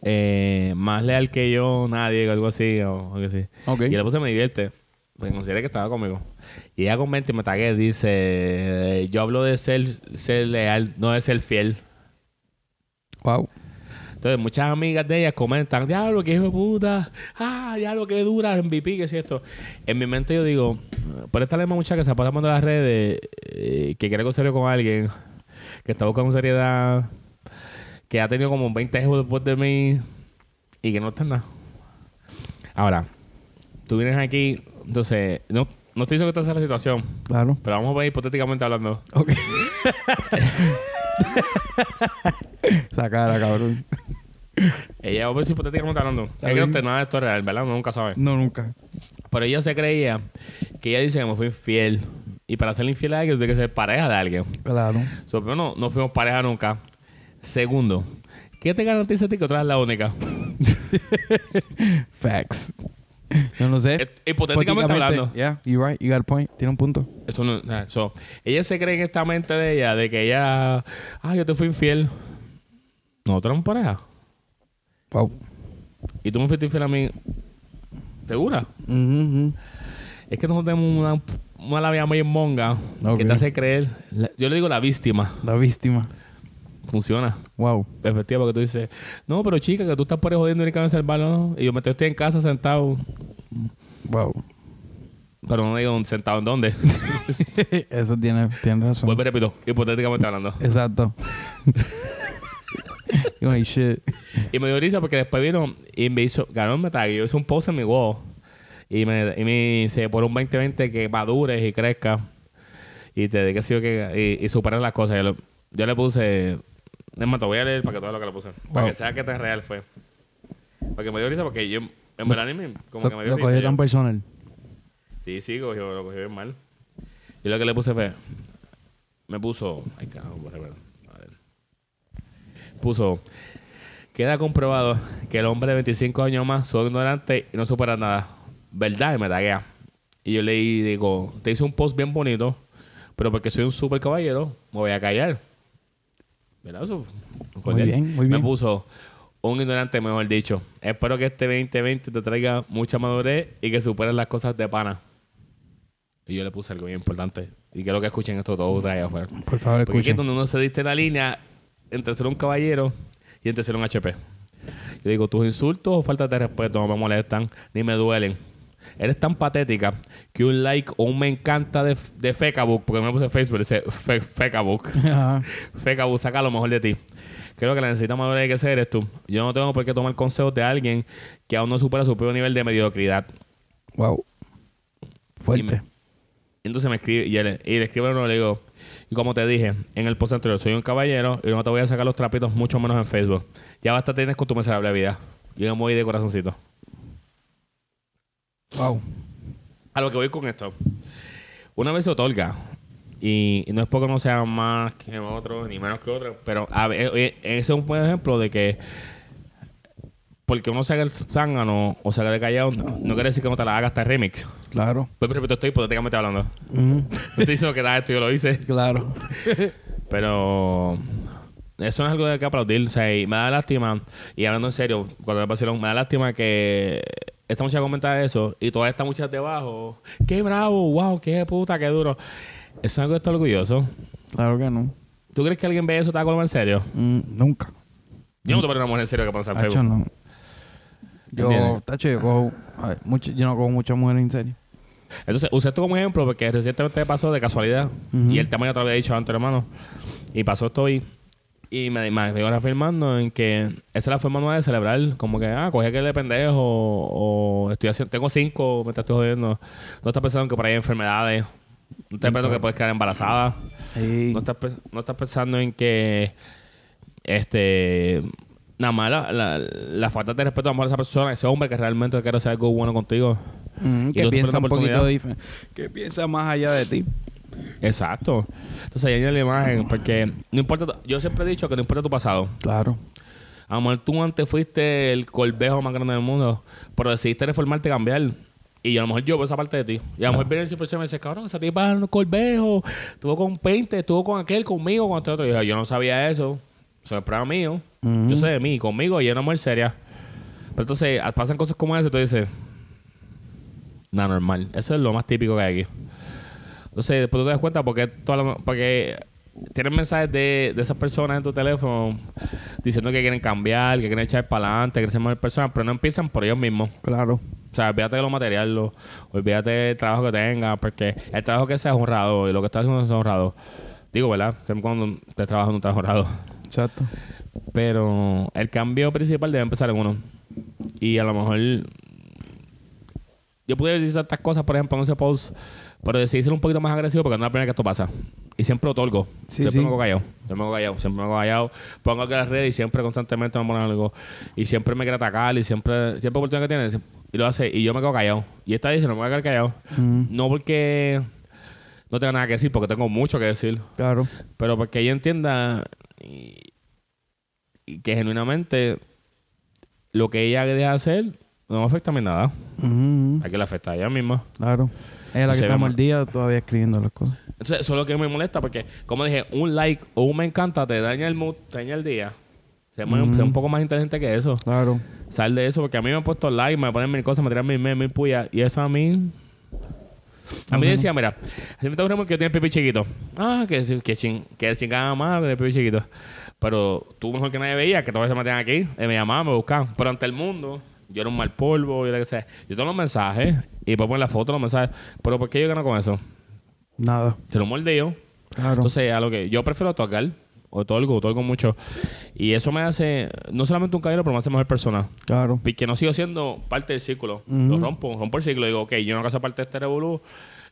Speaker 1: eh, más leal que yo, nadie, o algo así, o algo así.
Speaker 2: Ok.
Speaker 1: Y le puse me divierte, porque consideré que estaba conmigo. Y ella comenta y me tagué, dice, eh, yo hablo de ser, ser leal, no de ser fiel.
Speaker 2: Wow.
Speaker 1: Entonces, muchas amigas de ellas comentan, diablo, qué hijo de puta, ah, diablo, qué dura, MVP, qué es esto. En mi mente yo digo, por esta lema muchacha que se pasa mandando las redes, eh, que quiere conseguir con alguien, que está buscando seriedad, que ha tenido como 20 hijos después de mí y que no está en nada. Ahora, tú vienes aquí, entonces, no, no estoy diciendo que esta sea la situación,
Speaker 2: Claro.
Speaker 1: pero vamos a ver hipotéticamente hablando.
Speaker 2: Ok. [LAUGHS] Esa cara, cabrón.
Speaker 1: Ella, vamos a ver si hipotéticamente hablando. Es que no
Speaker 2: bien.
Speaker 1: te- nada de esto es real, ¿verdad? Uno nunca sabe.
Speaker 2: No, nunca.
Speaker 1: Pero ella se creía que ella dice que me fui infiel. Y para ser infiel a alguien, usted tiene que ser pareja de alguien.
Speaker 2: Claro.
Speaker 1: So, primero, no, no fuimos pareja nunca. Segundo, ¿qué te garantiza a ti que otra es la única?
Speaker 2: Facts. Yo no sé.
Speaker 1: Eh, hipotéticamente hablando.
Speaker 2: Yeah, you're right. You got a point. Tiene un punto.
Speaker 1: Eso no, nah, so, ella se cree en esta mente de ella, de que ella, ah, yo te fui infiel. Nosotros éramos pareja.
Speaker 2: Wow.
Speaker 1: Y tú me fuiste infiel a mí. ¿Segura?
Speaker 2: Mhm, mhm.
Speaker 1: Es que nosotros tenemos una, una labia muy monga que
Speaker 2: Ok.
Speaker 1: te hace creer. la- yo le digo la víctima.
Speaker 2: La víctima.
Speaker 1: Funciona.
Speaker 2: Wow.
Speaker 1: Efectiva, porque tú dices, no, pero chica, que tú estás por ahí jodiendo y que el balón. Y yo me estoy estoy en casa sentado.
Speaker 2: [LAUGHS] Wow.
Speaker 1: Pero no digo un sentado en dónde. [LAUGHS]
Speaker 2: Eso tiene, tiene razón.
Speaker 1: Vuelvo y repito, hipotéticamente hablando.
Speaker 2: [LAUGHS] Exacto. You're like, shit.
Speaker 1: Y me dio risa porque después vino y me hizo, ganó el Metag. Yo hice un post en mi wall. Y me, y me dice, por un 2020 que madures y crezcas. Y te diga así que y, y superes las cosas. Yo, lo- yo le puse, es más, te voy a leer para que todo lo que le puse. Para
Speaker 2: Wow.
Speaker 1: que sea que tan real fue. Porque me dio risa porque yo, en verdad, ni me- como que me
Speaker 2: Lo,
Speaker 1: dio
Speaker 2: lo
Speaker 1: risa.
Speaker 2: cogió
Speaker 1: Yo-
Speaker 2: tan personal.
Speaker 1: Sí, sí, cogió, lo cogió bien mal. Yo lo que le puse fue. Me puso. Ay, carajo, borré, perdón. A ver. Puso. Queda comprobado que el hombre de 25 años más son ignorante y no supera nada. ¿Verdad? Y me taguea. Y yo le digo, te hice un post bien bonito, pero porque soy un super caballero, me voy a callar. ¿Verdad? Eso, cordial.
Speaker 2: bien, muy bien.
Speaker 1: Me puso un ignorante, mejor dicho. Espero que este 2020 te traiga mucha madurez y que superes las cosas de pana. Y yo le puse algo bien importante. Y quiero que escuchen esto todos ustedes allá afuera.
Speaker 2: Por favor,
Speaker 1: Porque aquí es
Speaker 2: escuchen.
Speaker 1: donde uno se diste la línea entre ser un caballero y entre ser un HP. Yo digo, tus insultos o faltas de respeto no me molestan ni me duelen. Eres tan patética que un like o un me encanta de, de Fecabook, porque no me puse Facebook, dice fe, Fecabook.
Speaker 2: [LAUGHS] Ajá.
Speaker 1: Fecabu, saca lo mejor de ti. Creo que la necesita madurez hay que ser eres tú. Yo no tengo por qué tomar consejos de alguien que aún no supera su propio nivel de mediocridad.
Speaker 2: Wow. Fuerte.
Speaker 1: Y Entonces me escribe y, él- y le escribe uno le digo, y como te dije en el post anterior, soy un caballero y no te voy a sacar los trapitos, mucho menos en Facebook. Ya basta tienes con tu miserable vida. Yo me voy de corazoncito.
Speaker 2: Wow.
Speaker 1: A lo que voy con esto. Una vez se otorga, y, y no es porque uno sea más que otro, ni menos que otro, pero a ve- eh, ese es un buen ejemplo de que porque uno saca el zángano o saca de callado, no, no quiere decir que no te la haga hasta remix.
Speaker 2: Claro.
Speaker 1: Pues repito, estoy hipotéticamente hablando. No
Speaker 2: Ujú.
Speaker 1: estoy diciendo que nada, esto yo lo hice.
Speaker 2: Claro.
Speaker 1: Pero eso no es algo de que aplaudir. O sea, y me da lástima, y hablando en serio, cuando me pasaron, me da lástima que esta muchacha comenta eso y todas estas muchachas debajo, qué bravo, wow, qué puta, qué duro. Eso es algo de estar orgulloso.
Speaker 2: Claro que no.
Speaker 1: ¿Tú crees que alguien ve eso y te va a colmar en serio?
Speaker 2: Mm, nunca.
Speaker 1: Yo no te una mujer en serio que pasa en
Speaker 2: Tacho,
Speaker 1: Facebook.
Speaker 2: no. Yo,
Speaker 1: ¿Entiendes?
Speaker 2: tacho, yo cojo. a ver, mucho- yo no cojo muchas mujeres en serio.
Speaker 1: Entonces, usé esto como ejemplo porque recientemente pasó de casualidad y el tema ya te lo había dicho antes, hermano. Y pasó esto hoy. Y me, me, me iba reafirmando en que esa es la forma nueva de celebrar. Como que, ah, cogí aquel de pendejo o, o estoy haciendo, tengo cinco, me estás jodiendo. No estás pensando que por ahí hay enfermedades. No estás pensando que puedes quedar embarazada.
Speaker 2: Ey,
Speaker 1: No estás, pe- no estás pensando en que este nada más la, la- la falta de respeto a lo mejor a esa persona, ese hombre que realmente quiere hacer algo bueno contigo.
Speaker 2: mm,
Speaker 1: y
Speaker 2: que
Speaker 1: tú te
Speaker 2: piensa un
Speaker 1: pones la
Speaker 2: poquito
Speaker 1: oportunidad.
Speaker 2: diferente. Que piensa más allá de ti.
Speaker 1: Exacto. Entonces ahí hay la imagen, porque no importa, tu- yo siempre he dicho que no importa tu pasado.
Speaker 2: Claro.
Speaker 1: A lo mejor tú antes fuiste el corbejo más grande del mundo, pero decidiste reformarte y cambiar. Y a lo mejor yo veo esa parte de ti. Y a lo mejor viene el siempre y me dice, cabrón, esa tipa era un corbejo, estuvo con 20, estuvo con aquel, conmigo, con este otro. Y yo, yo no sabía eso. Eso es problema mío. Yo sé de mí, conmigo, y yo era una mujer seria. Pero entonces ah, pasan cosas como esa y tú dices, nada normal. Eso es lo más típico que hay aquí. Entonces, después tú te das cuenta porque, toda la- porque tienes mensajes de, de esas personas en tu teléfono diciendo que quieren cambiar, que quieren echar para adelante, que quieren ser mejores personas, pero no empiezan por ellos mismos.
Speaker 2: Claro.
Speaker 1: O sea, olvídate de los materiales, lo- olvídate del trabajo que tengas, porque el trabajo que sea es honrado y lo que estás haciendo es honrado. Digo, ¿verdad? Siempre cuando te trabajas no estás honrado.
Speaker 2: Exacto.
Speaker 1: Pero el cambio principal debe empezar en uno. Y a lo mejor. Yo pude decir ciertas cosas, por ejemplo, en ese post, pero decidí ser un poquito más agresivo porque no es la primera que esto pasa. Y siempre otorgo.
Speaker 2: Sí,
Speaker 1: siempre
Speaker 2: sí.
Speaker 1: me hago callado. Siempre me hago callado. Siempre me hago callado. Pongo algo en las redes y siempre constantemente me ponen algo. Y siempre me quiere atacar y siempre. Siempre oportunidad que tiene. sie- Y lo hace. Y yo me quedo callado. Y esta dice: No me voy a quedar callado. No porque. No tenga nada que decir, porque tengo mucho que decir.
Speaker 2: Claro.
Speaker 1: Pero porque ella entienda y, y que genuinamente lo que ella deja de hacer no me afecta a mí nada.
Speaker 2: Ujú.
Speaker 1: Hay que le afecta a ella misma.
Speaker 2: Mm, Claro. Es la que
Speaker 1: Se ve
Speaker 2: estamos
Speaker 1: mal.
Speaker 2: al día todavía escribiendo las cosas.
Speaker 1: Entonces, eso es lo que me molesta porque, como dije, un like o un me encanta te daña el mood, te daña el día. Sé muy- sé un poco más inteligente que eso.
Speaker 2: Claro.
Speaker 1: Sal de eso porque a mí me han puesto like, me ponen mil cosas, me tiran mil memes, mil puyas. Y eso a mí. A mí decía, mira, si me tengo un que tiene el pipí chiquito. Ah, que, que, ching, que chingada madre el pipí chiquito. Pero tú mejor que nadie veía que todos se metían aquí. Y me llamaban, me buscaban. Pero ante el mundo, yo era un mal polvo, yo era que sea. Yo tengo los mensajes y después poner la foto, los mensajes. Pero ¿por qué yo gano con eso?
Speaker 2: Nada.
Speaker 1: Se lo mordió.
Speaker 2: Claro.
Speaker 1: Entonces, a lo que yo prefiero otorgar, otorgo, otorgo mucho. Y eso me hace, no solamente un caballero, pero me hace mejor persona.
Speaker 2: claro.
Speaker 1: Y que no sigo siendo parte del círculo. Lo rompo, rompo el círculo. Digo, ok, yo no quiero ser parte de este revolú.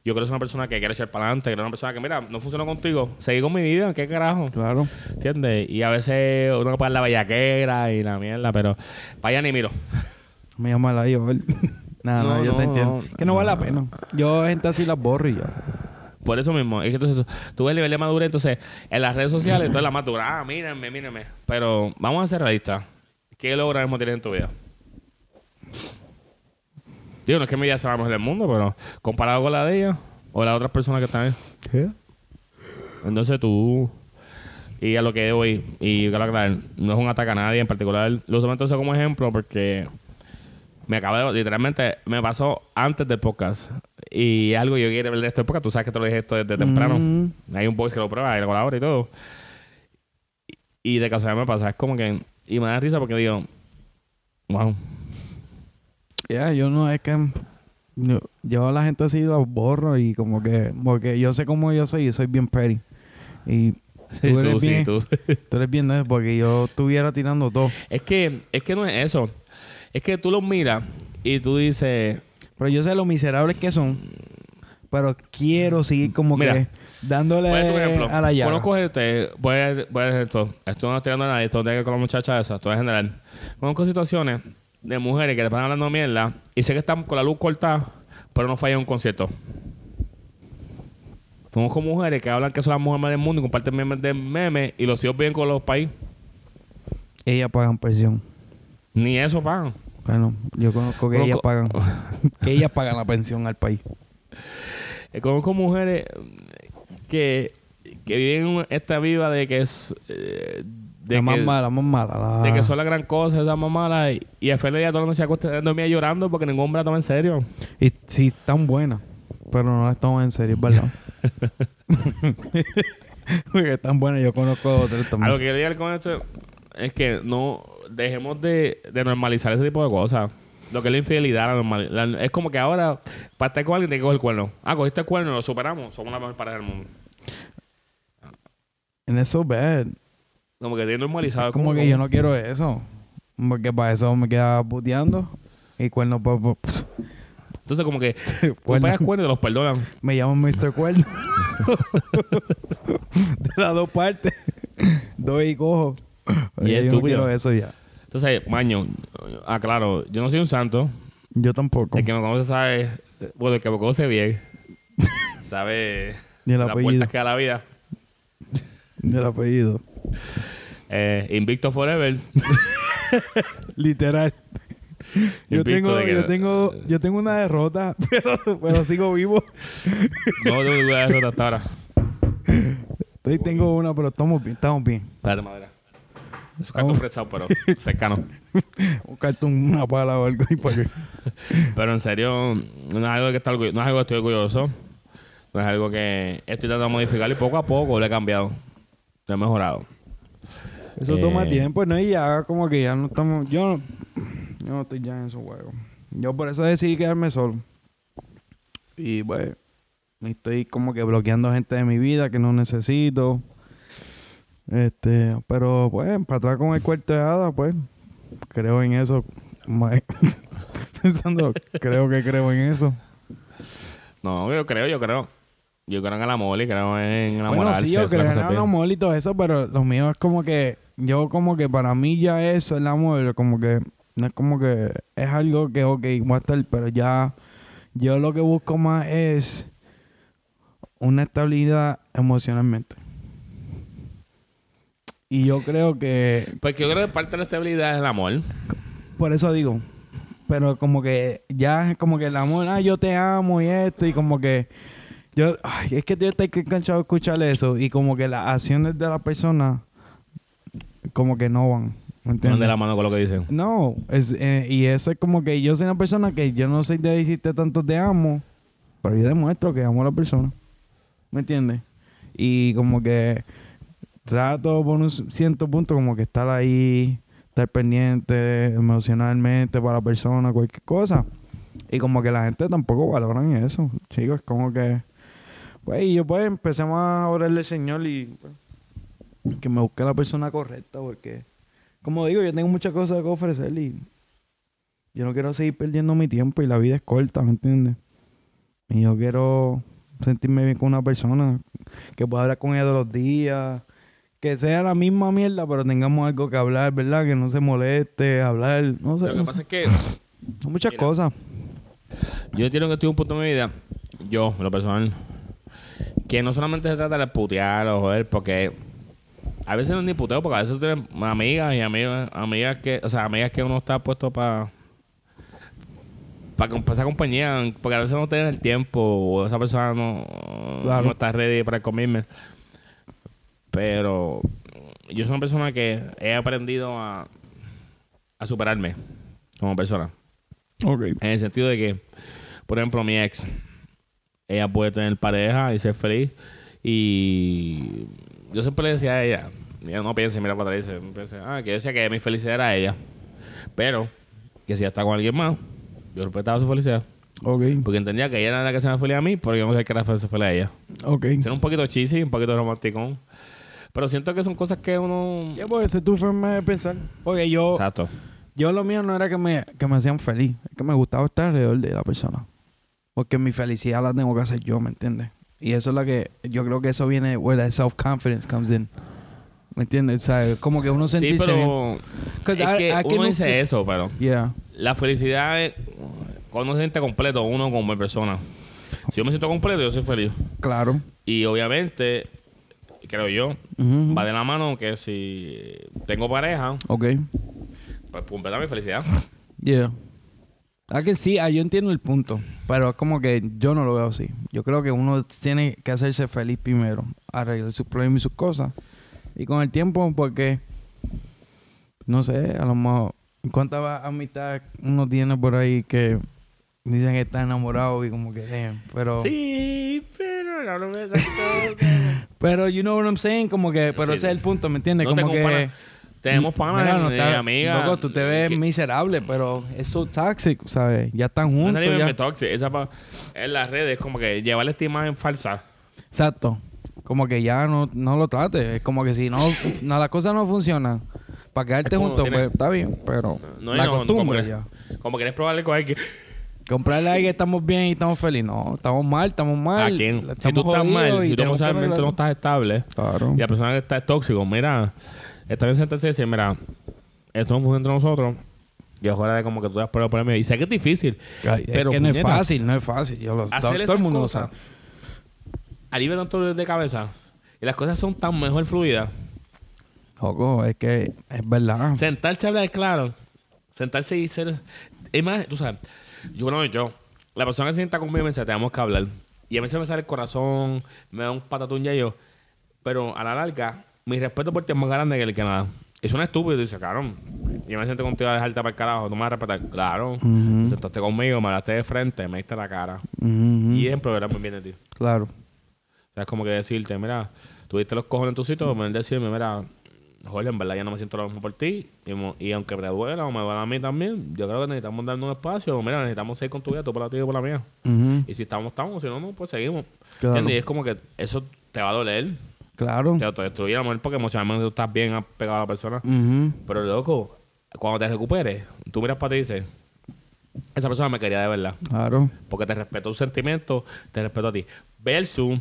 Speaker 1: Yo creo que soy una persona que quiere echar para adelante. Creo que soy una persona que, mira, no funcionó contigo. Seguí con mi vida, ¿qué carajo?
Speaker 2: Claro.
Speaker 1: ¿Entiendes? Y a veces uno que pagar la bellaquera y la mierda, pero para allá ni miro.
Speaker 2: Me llama la IOL. [LAUGHS] Nada, no,
Speaker 1: No,
Speaker 2: yo te
Speaker 1: no,
Speaker 2: entiendo.
Speaker 1: no.
Speaker 2: que no vale la pena. Yo gente así las borro y ya.
Speaker 1: Por eso mismo. Es que entonces tú- tú ves el nivel de madurez. Entonces, en las redes sociales, tú eres la madura. Ah, mírenme, mírenme. Pero vamos a ser realistas. ¿Qué logro ahora mismo tienes en tu vida? Digo, no es que mi vida sea la mejor del mundo, pero comparado con la de ella o las otras personas que están ahí.
Speaker 2: ¿Qué?
Speaker 1: Entonces tú. Y a lo que voy, y quiero aclarar, no es un ataque a nadie en particular. Lo uso entonces como ejemplo porque me acaba de. Literalmente me pasó antes del podcast. Y algo que yo quiero ver de este podcast. Tú sabes que te lo dije esto desde temprano. Hay un voice que lo prueba, y lo colabora y todo. Y, y de casualidad me pasa. Es como que. Y me da risa porque digo. Wow.
Speaker 2: Ya, yo no es que. Yo, yo a la gente así las borro y como que. Porque yo sé cómo yo soy y soy bien petty. Y. Tú
Speaker 1: Sí,
Speaker 2: eres
Speaker 1: tú, sí,
Speaker 2: bien,
Speaker 1: tú.
Speaker 2: [LAUGHS] tú eres bien de eso, porque yo estuviera tirando todo.
Speaker 1: Es que, es que no es eso. Es que tú los miras y tú dices.
Speaker 2: Pero yo sé lo miserables que son. Pero quiero seguir como
Speaker 1: Mira.
Speaker 2: que dándole
Speaker 1: Voy a dar tu ejemplo.
Speaker 2: a la llave.
Speaker 1: Conozco gente, voy a, voy a decir esto. Esto no estoy hablando de nadie, esto tiene que ver con la muchacha esa, esto es general. Conozco situaciones de mujeres que le están hablando mierda y sé que están con la luz cortada, pero no fallan un concierto. Conozco mujeres que hablan que son las mujeres más del mundo y comparten memes de memes y los hijos viven con los países.
Speaker 2: Ellas pagan pensión.
Speaker 1: Ni eso pagan.
Speaker 2: Bueno, yo conozco que
Speaker 1: Conozco-
Speaker 2: ellas pagan.
Speaker 1: [LAUGHS]
Speaker 2: que ellas pagan la pensión al país.
Speaker 1: Eh, Conozco mujeres mm, que, que viven esta vida de que es. eh, de
Speaker 2: la más
Speaker 1: que-
Speaker 2: mala, la más mala. la-
Speaker 1: De que son la gran cosa, esa mamada. Y, y al final del día todo el mundo se acuesta dormía llorando porque ningún hombre la toma en serio.
Speaker 2: Y sí, están buenas, pero no las toman en serio, es verdad.
Speaker 1: [LAUGHS]
Speaker 2: Porque están buenas, yo conozco a otras
Speaker 1: A lo
Speaker 2: también.
Speaker 1: que quiero llegar con esto es que no dejemos de, de normalizar ese tipo de cosas. Lo que es la infidelidad, la normal, la- es como que ahora, para estar con alguien, te que coger el cuerno. Ah, cogiste el cuerno, lo superamos, somos la mejor pareja del mundo.
Speaker 2: En eso, ver.
Speaker 1: Como que tiene normalizado.
Speaker 2: Es como que yo no quiero eso. Porque para eso me queda puteando. Y cuerno, pa- [LAUGHS] pa- pss,
Speaker 1: Entonces, como que tú
Speaker 2: [LAUGHS] cuerno.
Speaker 1: pegas cuerno y te los perdonan.
Speaker 2: me llaman Mr. Cuerno. [LAUGHS] De las dos partes. Doy y cojo.
Speaker 1: Y
Speaker 2: Oye, yo no
Speaker 1: estúpido.
Speaker 2: quiero eso ya.
Speaker 1: Entonces, maño, aclaro, yo no soy un santo.
Speaker 2: Yo tampoco.
Speaker 1: El que me conoce sabe, eh, bueno, el que me conoce bien,
Speaker 2: [LAUGHS]
Speaker 1: sabe
Speaker 2: Ni el
Speaker 1: las
Speaker 2: apellido.
Speaker 1: puertas que da la vida.
Speaker 2: Del apellido.
Speaker 1: Eh, invicto Forever. [LAUGHS]
Speaker 2: Literal. Yo
Speaker 1: Invicto
Speaker 2: tengo,
Speaker 1: de que-
Speaker 2: yo tengo, yo tengo una derrota, [LAUGHS] pero, pero sigo vivo.
Speaker 1: No tengo ninguna derrota hasta ahora.
Speaker 2: Estoy, tengo una, pero estamos bien, estamos bien.
Speaker 1: Padre madera. Es un cartón prensado, pero cercano.
Speaker 2: Un cartón, una pala o algo y para qué.
Speaker 1: [LAUGHS] Pero en serio, no es algo que está orgullo- no es algo que estoy orgulloso. No es algo que estoy tratando de modificar y poco a poco lo he cambiado. He mejorado.
Speaker 2: Eso
Speaker 1: Eh.
Speaker 2: toma tiempo, ¿no? Y ya como que ya no estamos... Yo no, yo no estoy ya en esos juegos. Yo por eso decidí quedarme solo. Y pues... Estoy como que bloqueando gente de mi vida que no necesito. Este... Pero pues, para atrás con el cuarto de hada, pues... Creo en eso. [LAUGHS] Mae. Pensando, creo que creo en eso.
Speaker 1: No, yo creo, yo creo. Yo creo en el amor y creo en
Speaker 2: Bueno,
Speaker 1: enamorarse.
Speaker 2: sí, yo
Speaker 1: hacer las
Speaker 2: creo en
Speaker 1: cosas
Speaker 2: el
Speaker 1: bien.
Speaker 2: amor y todo eso, pero lo mío es como que... Yo como que para mí ya eso, el amor, como que... No es como que... Es algo que, ok, voy a estar, pero ya... Yo lo que busco más es... Una estabilidad emocionalmente. Y yo creo que...
Speaker 1: Pues que yo creo que parte de la estabilidad es el amor.
Speaker 2: Por eso digo. Pero como que ya es como que el amor, ah, yo te amo y esto, y como que yo, ay, es que yo estoy enganchado a escuchar eso, y como que las acciones de la persona como que no van. ¿me
Speaker 1: Van de
Speaker 2: entiendes?
Speaker 1: la mano con lo que dicen.
Speaker 2: No, es, eh, y eso es como que yo soy una persona que yo no soy de decirte tanto te amo, pero yo demuestro que amo a la persona. ¿Me entiendes? Y como que trato por un cierto punto como que estar ahí, estar pendiente emocionalmente para la persona, cualquier cosa. Y como que la gente tampoco valoran eso, chicos, como que... Pues y yo pues empecemos a orarle al Señor y pues, que me busque la persona correcta porque... Como digo, yo tengo muchas cosas que ofrecer y yo no quiero seguir perdiendo mi tiempo y la vida es corta, ¿me entiendes? Y yo quiero sentirme bien con una persona que pueda hablar con ella todos los días, que sea la misma mierda, pero tengamos algo que hablar, ¿verdad? Que no se moleste, hablar, no sé,
Speaker 1: Lo que
Speaker 2: no
Speaker 1: pasa es que
Speaker 2: sé, son muchas
Speaker 1: mira.
Speaker 2: cosas.
Speaker 1: yo entiendo que estoy en un punto de mi vida, yo, en lo personal, que no solamente se trata de putear o joder, porque a veces no es ni puteo, porque a veces tienen amigas y amigas, amigas que, o sea, amigas que uno está puesto para para esa compañía, porque a veces no tienen el tiempo o esa persona no,
Speaker 2: Claro.
Speaker 1: no está ready para comerme. Pero yo soy una persona que he aprendido a, a superarme como persona.
Speaker 2: Ok.
Speaker 1: En el sentido de que, por ejemplo, mi ex, ella puede tener pareja y ser feliz. Y yo siempre le decía a ella, ella no piense, mira para atrás, y dice, no piense, ah, que yo decía que mi felicidad era ella. Pero, que si ella está con alguien más, yo respetaba su felicidad.
Speaker 2: Ok,
Speaker 1: Porque entendía que ella era la que se me feliz a mí, pero yo no sé que era feliz feliz a ella.
Speaker 2: ok.
Speaker 1: Era un poquito cheesy, un poquito romanticón. Pero siento que son cosas que uno...
Speaker 2: Ya puede ser tu forma de pensar. Porque yo,
Speaker 1: Exacto.
Speaker 2: Yo lo mío no era que me, que me hacían feliz, es que me gustaba estar alrededor de la persona. Porque mi felicidad la tengo que hacer yo, ¿me entiendes? Y eso es la que, yo creo que eso viene where the self-confidence comes in. ¿Me entiendes? O sea, es como que uno
Speaker 1: Sí,
Speaker 2: sentirse bien.
Speaker 1: pero... Es
Speaker 2: 'Cause I-
Speaker 1: que
Speaker 2: I can
Speaker 1: uno
Speaker 2: look
Speaker 1: dice
Speaker 2: at-
Speaker 1: eso, pero...
Speaker 2: Yeah.
Speaker 1: La felicidad es cuando se siente completo uno como persona. Si yo me siento completo, yo soy feliz.
Speaker 2: Claro.
Speaker 1: Y obviamente, creo yo,
Speaker 2: Ujú.
Speaker 1: va de la mano que si tengo pareja,
Speaker 2: Ok.
Speaker 1: pues completa mi felicidad.
Speaker 2: Yeah. Ah, que sí, ah, yo entiendo el punto. Pero es como que yo no lo veo así. Yo creo que uno tiene que hacerse feliz primero, arreglar sus problemas y sus cosas. Y con el tiempo, porque, no sé, a lo mejor, ¿cuántas va- amistades uno tiene por ahí que dicen que está enamorado y como que, damn, pero...
Speaker 1: Sí, pero no, no me [LAUGHS]
Speaker 2: Pero, you know what I'm saying, como que, pero
Speaker 1: Sí,
Speaker 2: ese es
Speaker 1: sí.
Speaker 2: el punto, ¿me entiendes?
Speaker 1: No tengo
Speaker 2: como que...
Speaker 1: pana. Tenemos
Speaker 2: Mira,
Speaker 1: panas
Speaker 2: no
Speaker 1: y
Speaker 2: está-
Speaker 1: amigas.
Speaker 2: Loco, tú te ves
Speaker 1: que-
Speaker 2: miserable, pero es so toxic, ¿sabes? Ya están
Speaker 1: no
Speaker 2: juntos.
Speaker 1: es ni
Speaker 2: ya.
Speaker 1: meme toxic, Esa pa- en las redes es como que llevar esta imagen falsa.
Speaker 2: Exacto. Como que ya no, no lo trates. Es como que
Speaker 1: [LAUGHS]
Speaker 2: si no, no las cosas no funcionan, para quedarte
Speaker 1: Es como
Speaker 2: juntos,
Speaker 1: tiene-
Speaker 2: pues está bien, pero
Speaker 1: No, y
Speaker 2: la
Speaker 1: no, como
Speaker 2: costumbre
Speaker 1: que-
Speaker 2: ya.
Speaker 1: Como quieres probarle con alguien.
Speaker 2: Comprarle ahí que estamos bien y estamos felices. No, estamos mal, estamos
Speaker 1: ¿A
Speaker 2: mal.
Speaker 1: quién?
Speaker 2: la-
Speaker 1: Si tú
Speaker 2: estamos
Speaker 1: estás
Speaker 2: jodidos
Speaker 1: mal,
Speaker 2: y
Speaker 1: si tú
Speaker 2: tenemos que
Speaker 1: emocionalmente no
Speaker 2: arreglarlo.
Speaker 1: estás estable,
Speaker 2: Claro.
Speaker 1: Y la persona que está es tóxico, mira, está bien sentarse y decir, mira, esto no funciona entre nosotros. Y ojalá de como que tú das prueba para mí. Y sé que es difícil.
Speaker 2: Ay, es
Speaker 1: Pero,
Speaker 2: que no es
Speaker 1: puñeta.
Speaker 2: fácil, no es fácil. Yo lo, todo,
Speaker 1: Hacer
Speaker 2: todo
Speaker 1: esas
Speaker 2: el mundo lo
Speaker 1: cosas.
Speaker 2: sabe.
Speaker 1: Alivia tanto dolor de cabeza. Y las cosas son tan mejor fluidas.
Speaker 2: Joco, es que es verdad.
Speaker 1: Sentarse a hablar claro. Sentarse y ser... Es más, tú sabes, yo no, yo. La persona que se sienta conmigo me dice, tenemos que hablar. Y a mí se me sale el corazón, me da un patatún ya yo. Pero a la larga, mi respeto por ti es más grande que el que nada. Y suena estúpido. Y dice, claro, yo me siento contigo a dejarte para el carajo. Tú me vas a respetar. Claro, te sentaste conmigo, me hablaste de frente, me diste la cara.
Speaker 2: Ujú,
Speaker 1: Y siempre verás muy bien Pues de ti.
Speaker 2: Claro.
Speaker 1: O sea, es como que decirte, mira, Tuviste los cojones en tu sitio, me decirme, mira, joder, en verdad ya no me siento lo mismo por ti. Y, mo- y aunque te duela o me duela a mí también, yo creo que necesitamos darnos un espacio. Mira, necesitamos seguir con tu vida, tú por la tuya y por la mía.
Speaker 2: Ujú.
Speaker 1: Y si estamos, estamos. Si no, no, pues seguimos.
Speaker 2: Claro.
Speaker 1: ¿Entiendes? Y es como que eso te va a doler.
Speaker 2: Claro.
Speaker 1: Te autodestruir, amor, porque emocionalmente tú estás bien pegado a la persona.
Speaker 2: Ujú.
Speaker 1: Pero, loco, cuando te recuperes, tú miras para ti y dices, esa persona me quería de verdad.
Speaker 2: Claro.
Speaker 1: Porque te respeto un sentimiento, te respeto a ti. Versus,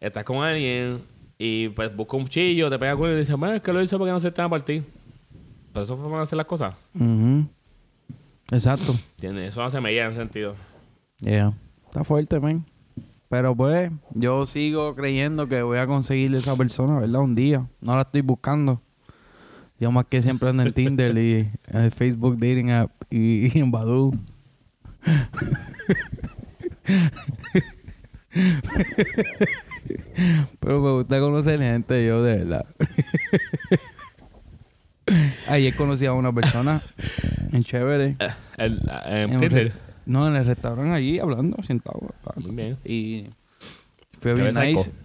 Speaker 1: estás con alguien y pues busca un chillo, te pega con él y dice, bueno, es que lo hizo porque no se estaba para ti. Pero eso fue para hacer las cosas.
Speaker 2: Ujú. Exacto.
Speaker 1: ¿Entiendes? Eso no se me llega en sentido.
Speaker 2: Yeah. Está fuerte, man. Pero pues, yo sigo creyendo que voy a conseguir esa persona, ¿verdad? Un día. No la estoy buscando. Yo más que siempre ando en Tinder y en el Facebook Dating App y, y en Badoo. Pero me gusta conocer gente, yo de verdad. Ayer conocí a una persona en chévere.
Speaker 1: Eh, el- eh,
Speaker 2: En
Speaker 1: en
Speaker 2: un
Speaker 1: Tinder.
Speaker 2: re- No, en el restaurante allí hablando, sentado. pa.
Speaker 1: Muy bien.
Speaker 2: Y fue
Speaker 1: ¿Te
Speaker 2: bien
Speaker 1: ves
Speaker 2: nice.
Speaker 1: seco?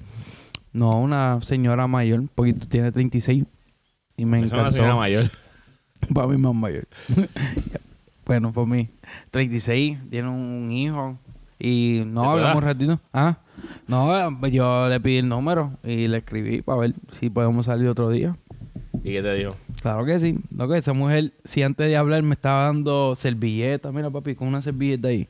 Speaker 2: No, una señora mayor, un poquito, tiene 36. Y me
Speaker 1: Esa es una señora
Speaker 2: encantó.
Speaker 1: mayor.
Speaker 2: [LAUGHS] Para mí más mayor. bueno, para mí. 36, tiene un hijo. Y
Speaker 1: ¿De
Speaker 2: no
Speaker 1: tu
Speaker 2: hablamos un
Speaker 1: edad?
Speaker 2: ratito. Ah, no, yo le pedí el número y le escribí para ver si podemos salir otro día.
Speaker 1: ¿Y qué te dijo?
Speaker 2: Claro que sí. Lo que esa mujer, si antes de hablar me estaba dando servilletas, mira papi, con una servilleta ahí.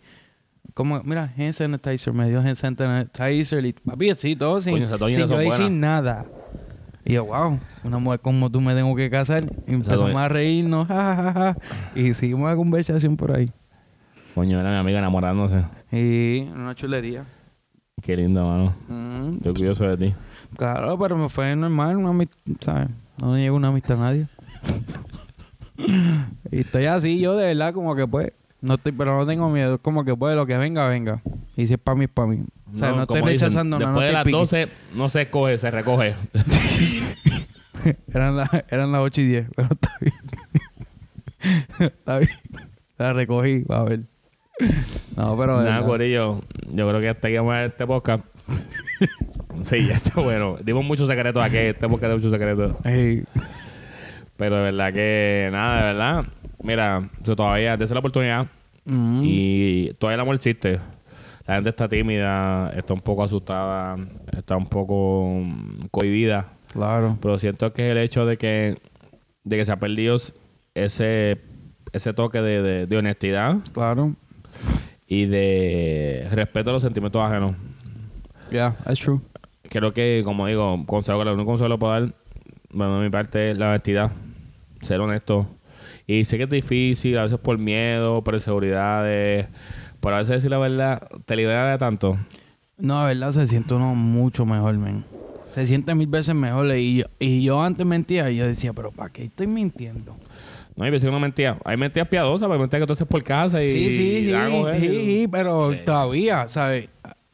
Speaker 2: Como, mira, hand sanitizer, me dio hand sanitizer. Y, papi, así todo, sin,
Speaker 1: Coño, esas doñas
Speaker 2: sin
Speaker 1: son
Speaker 2: yo ahí,
Speaker 1: buenas.
Speaker 2: sin nada. Y yo, wow, una mujer como tú me tengo que casar. Y empezamos
Speaker 1: doña-
Speaker 2: a reírnos, [LAUGHS] ja, ja, ja, ja. Y seguimos la conversación por ahí.
Speaker 1: Coño, era mi amiga enamorándose.
Speaker 2: Y una chulería.
Speaker 1: Qué lindo, mano.
Speaker 2: Mm,
Speaker 1: Estoy curioso de ti.
Speaker 2: claro, pero me fue normal, una amistad, ¿sabes? No llegó una amistad
Speaker 1: [LAUGHS]
Speaker 2: a nadie. Y estoy así, yo de verdad, como que pues. No estoy, pero no tengo miedo. Es Como que pues, lo que venga, venga. Y si es para mí, es para mí. O sea, no, estoy
Speaker 1: como dicen,
Speaker 2: rechazando nada.
Speaker 1: Después de las
Speaker 2: no estoy
Speaker 1: 12, no se coge, se recoge.
Speaker 2: piqui. [LAUGHS] Eran, las- eran las 8 y 10, pero está bien. [LAUGHS] está bien. La recogí, va a ver. No, pero. de
Speaker 1: Nada,
Speaker 2: verdad.
Speaker 1: Corillo. Yo creo que hasta aquí vamos a este podcast. [LAUGHS] sí, ya está bueno. Dimos muchos secretos aquí. Este podcast de muchos secretos.
Speaker 2: Ey,
Speaker 1: Pero de verdad que, nada, de verdad. Mira, yo todavía, desde la oportunidad.
Speaker 2: mm,
Speaker 1: Y todavía el amor existe. La gente está tímida, está un poco asustada, está un poco mm, cohibida.
Speaker 2: Claro.
Speaker 1: Pero siento que es el hecho de que, de que se ha perdido ese, ese toque de- de- de honestidad
Speaker 2: Claro.
Speaker 1: y de respeto a los sentimientos ajenos.
Speaker 2: Yeah, that's true.
Speaker 1: Creo que, como digo, consejo que el único consejo que le puedo dar, bueno, de mi parte, es la honestidad, ser honesto. Y sé que es difícil, a veces por miedo, por inseguridades, pero a veces decir la verdad te libera de tanto.
Speaker 2: No, de verdad se siente uno mucho mejor, men. Se siente mil veces mejor. Y yo, y yo antes mentía y yo decía, pero ¿para qué estoy mintiendo?
Speaker 1: No, hay veces que no mentía. Hay mentiras piadosas, pero hay mentiras que tú haces por casa y...
Speaker 2: Sí, sí,
Speaker 1: y
Speaker 2: sí,
Speaker 1: la coges
Speaker 2: sí,
Speaker 1: y-
Speaker 2: sí, pero
Speaker 1: Sí.
Speaker 2: todavía, ¿sabes?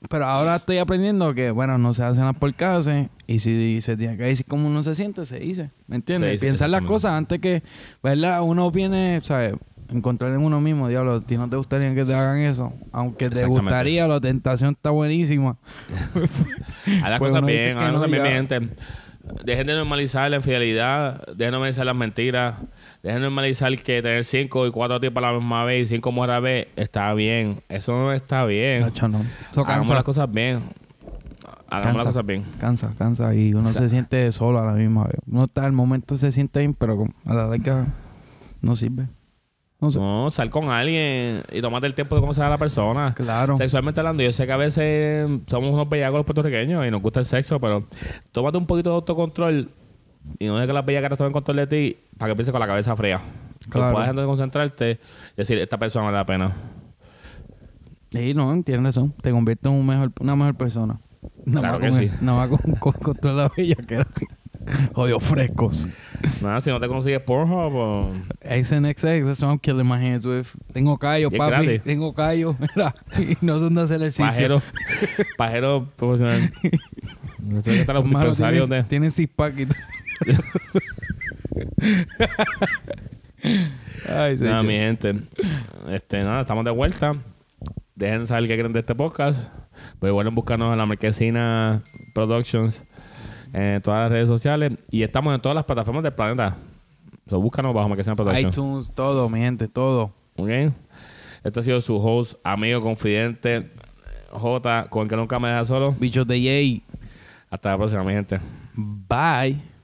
Speaker 2: Pero ahora estoy aprendiendo que, bueno, no se hacen las porcasas y si se tiene que decir cómo uno se siente, se dice. ¿Me entiendes?
Speaker 1: Se dice,
Speaker 2: Pensar las
Speaker 1: exactamente.
Speaker 2: cosas antes que, ¿verdad? Uno viene, ¿sabes? Encontrar en uno mismo, diablo, a ti no te gustaría que te hagan eso. Aunque te
Speaker 1: Exactamente.
Speaker 2: gustaría, la tentación está buenísima.
Speaker 1: [LAUGHS] Haz las
Speaker 2: Pues
Speaker 1: cosas
Speaker 2: uno dice
Speaker 1: bien,
Speaker 2: que
Speaker 1: haz las
Speaker 2: no
Speaker 1: cosas bien,
Speaker 2: ya.
Speaker 1: mi gente. Dejen de normalizar la infidelidad, dejen de normalizar las mentiras, dejen de normalizar que tener cinco y cuatro tipos a la misma vez y cinco mujeres a la vez está bien. Eso no está bien.
Speaker 2: Chacho, no. Eso
Speaker 1: Hagamos las
Speaker 2: cansa.
Speaker 1: cosas bien. Hagamos las
Speaker 2: Cansa.
Speaker 1: cosas bien.
Speaker 2: Cansa, cansa y uno se siente solo a la misma vez. Uno está al momento se siente bien, pero como a la larga no sirve. No sé.
Speaker 1: No, sal con alguien y tomate el tiempo de conocer a la persona.
Speaker 2: Claro.
Speaker 1: Sexualmente hablando, yo sé que a veces somos unos bellacos los puertorriqueños y nos gusta el sexo, pero tómate un poquito de autocontrol y no dejes que las bellacas tomen control de ti para que pienses con la cabeza fría.
Speaker 2: Claro.
Speaker 1: Que puedas entonces concentrarte y decir, esta persona vale la pena.
Speaker 2: Sí, no, tienes razón. Te convierte en un mejor, una mejor persona. Nada
Speaker 1: Claro que
Speaker 2: más con el-
Speaker 1: sí.
Speaker 2: Nada más con, con, con toda la bella que era. Jodidos frescos.
Speaker 1: Nada, si no te consigues Pornhub, o-
Speaker 2: XNXX, that's what I'm killing my hands with. Tengo callo,
Speaker 1: Y es
Speaker 2: papi.
Speaker 1: gratis.
Speaker 2: Tengo callo. [LAUGHS] Mira, y no son de hacer ejercicio.
Speaker 1: pajero, pajero
Speaker 2: [LAUGHS]
Speaker 1: profesional. No sé qué tal los
Speaker 2: Hermano,
Speaker 1: dispensarios
Speaker 2: tiene,
Speaker 1: de...
Speaker 2: tiene six pack
Speaker 1: [LAUGHS]
Speaker 2: y todo. [LAUGHS] Ay,
Speaker 1: Nada,
Speaker 2: señor.
Speaker 1: mi gente. Este, nada, estamos de vuelta. Dejen saber qué creen de este podcast. Pues vuelven a buscarnos en la Marquesina Productions. en todas las redes sociales y estamos en todas las plataformas del planeta. O sea, búscanos bajo Marquesina Production.
Speaker 2: iTunes, todo, mi gente, todo.
Speaker 1: ¿Ok? Este ha sido su host, amigo, confidente, J, con el que nunca me deja solo.
Speaker 2: Bichos de Jay.
Speaker 1: Hasta la próxima, mi gente.
Speaker 2: Bye.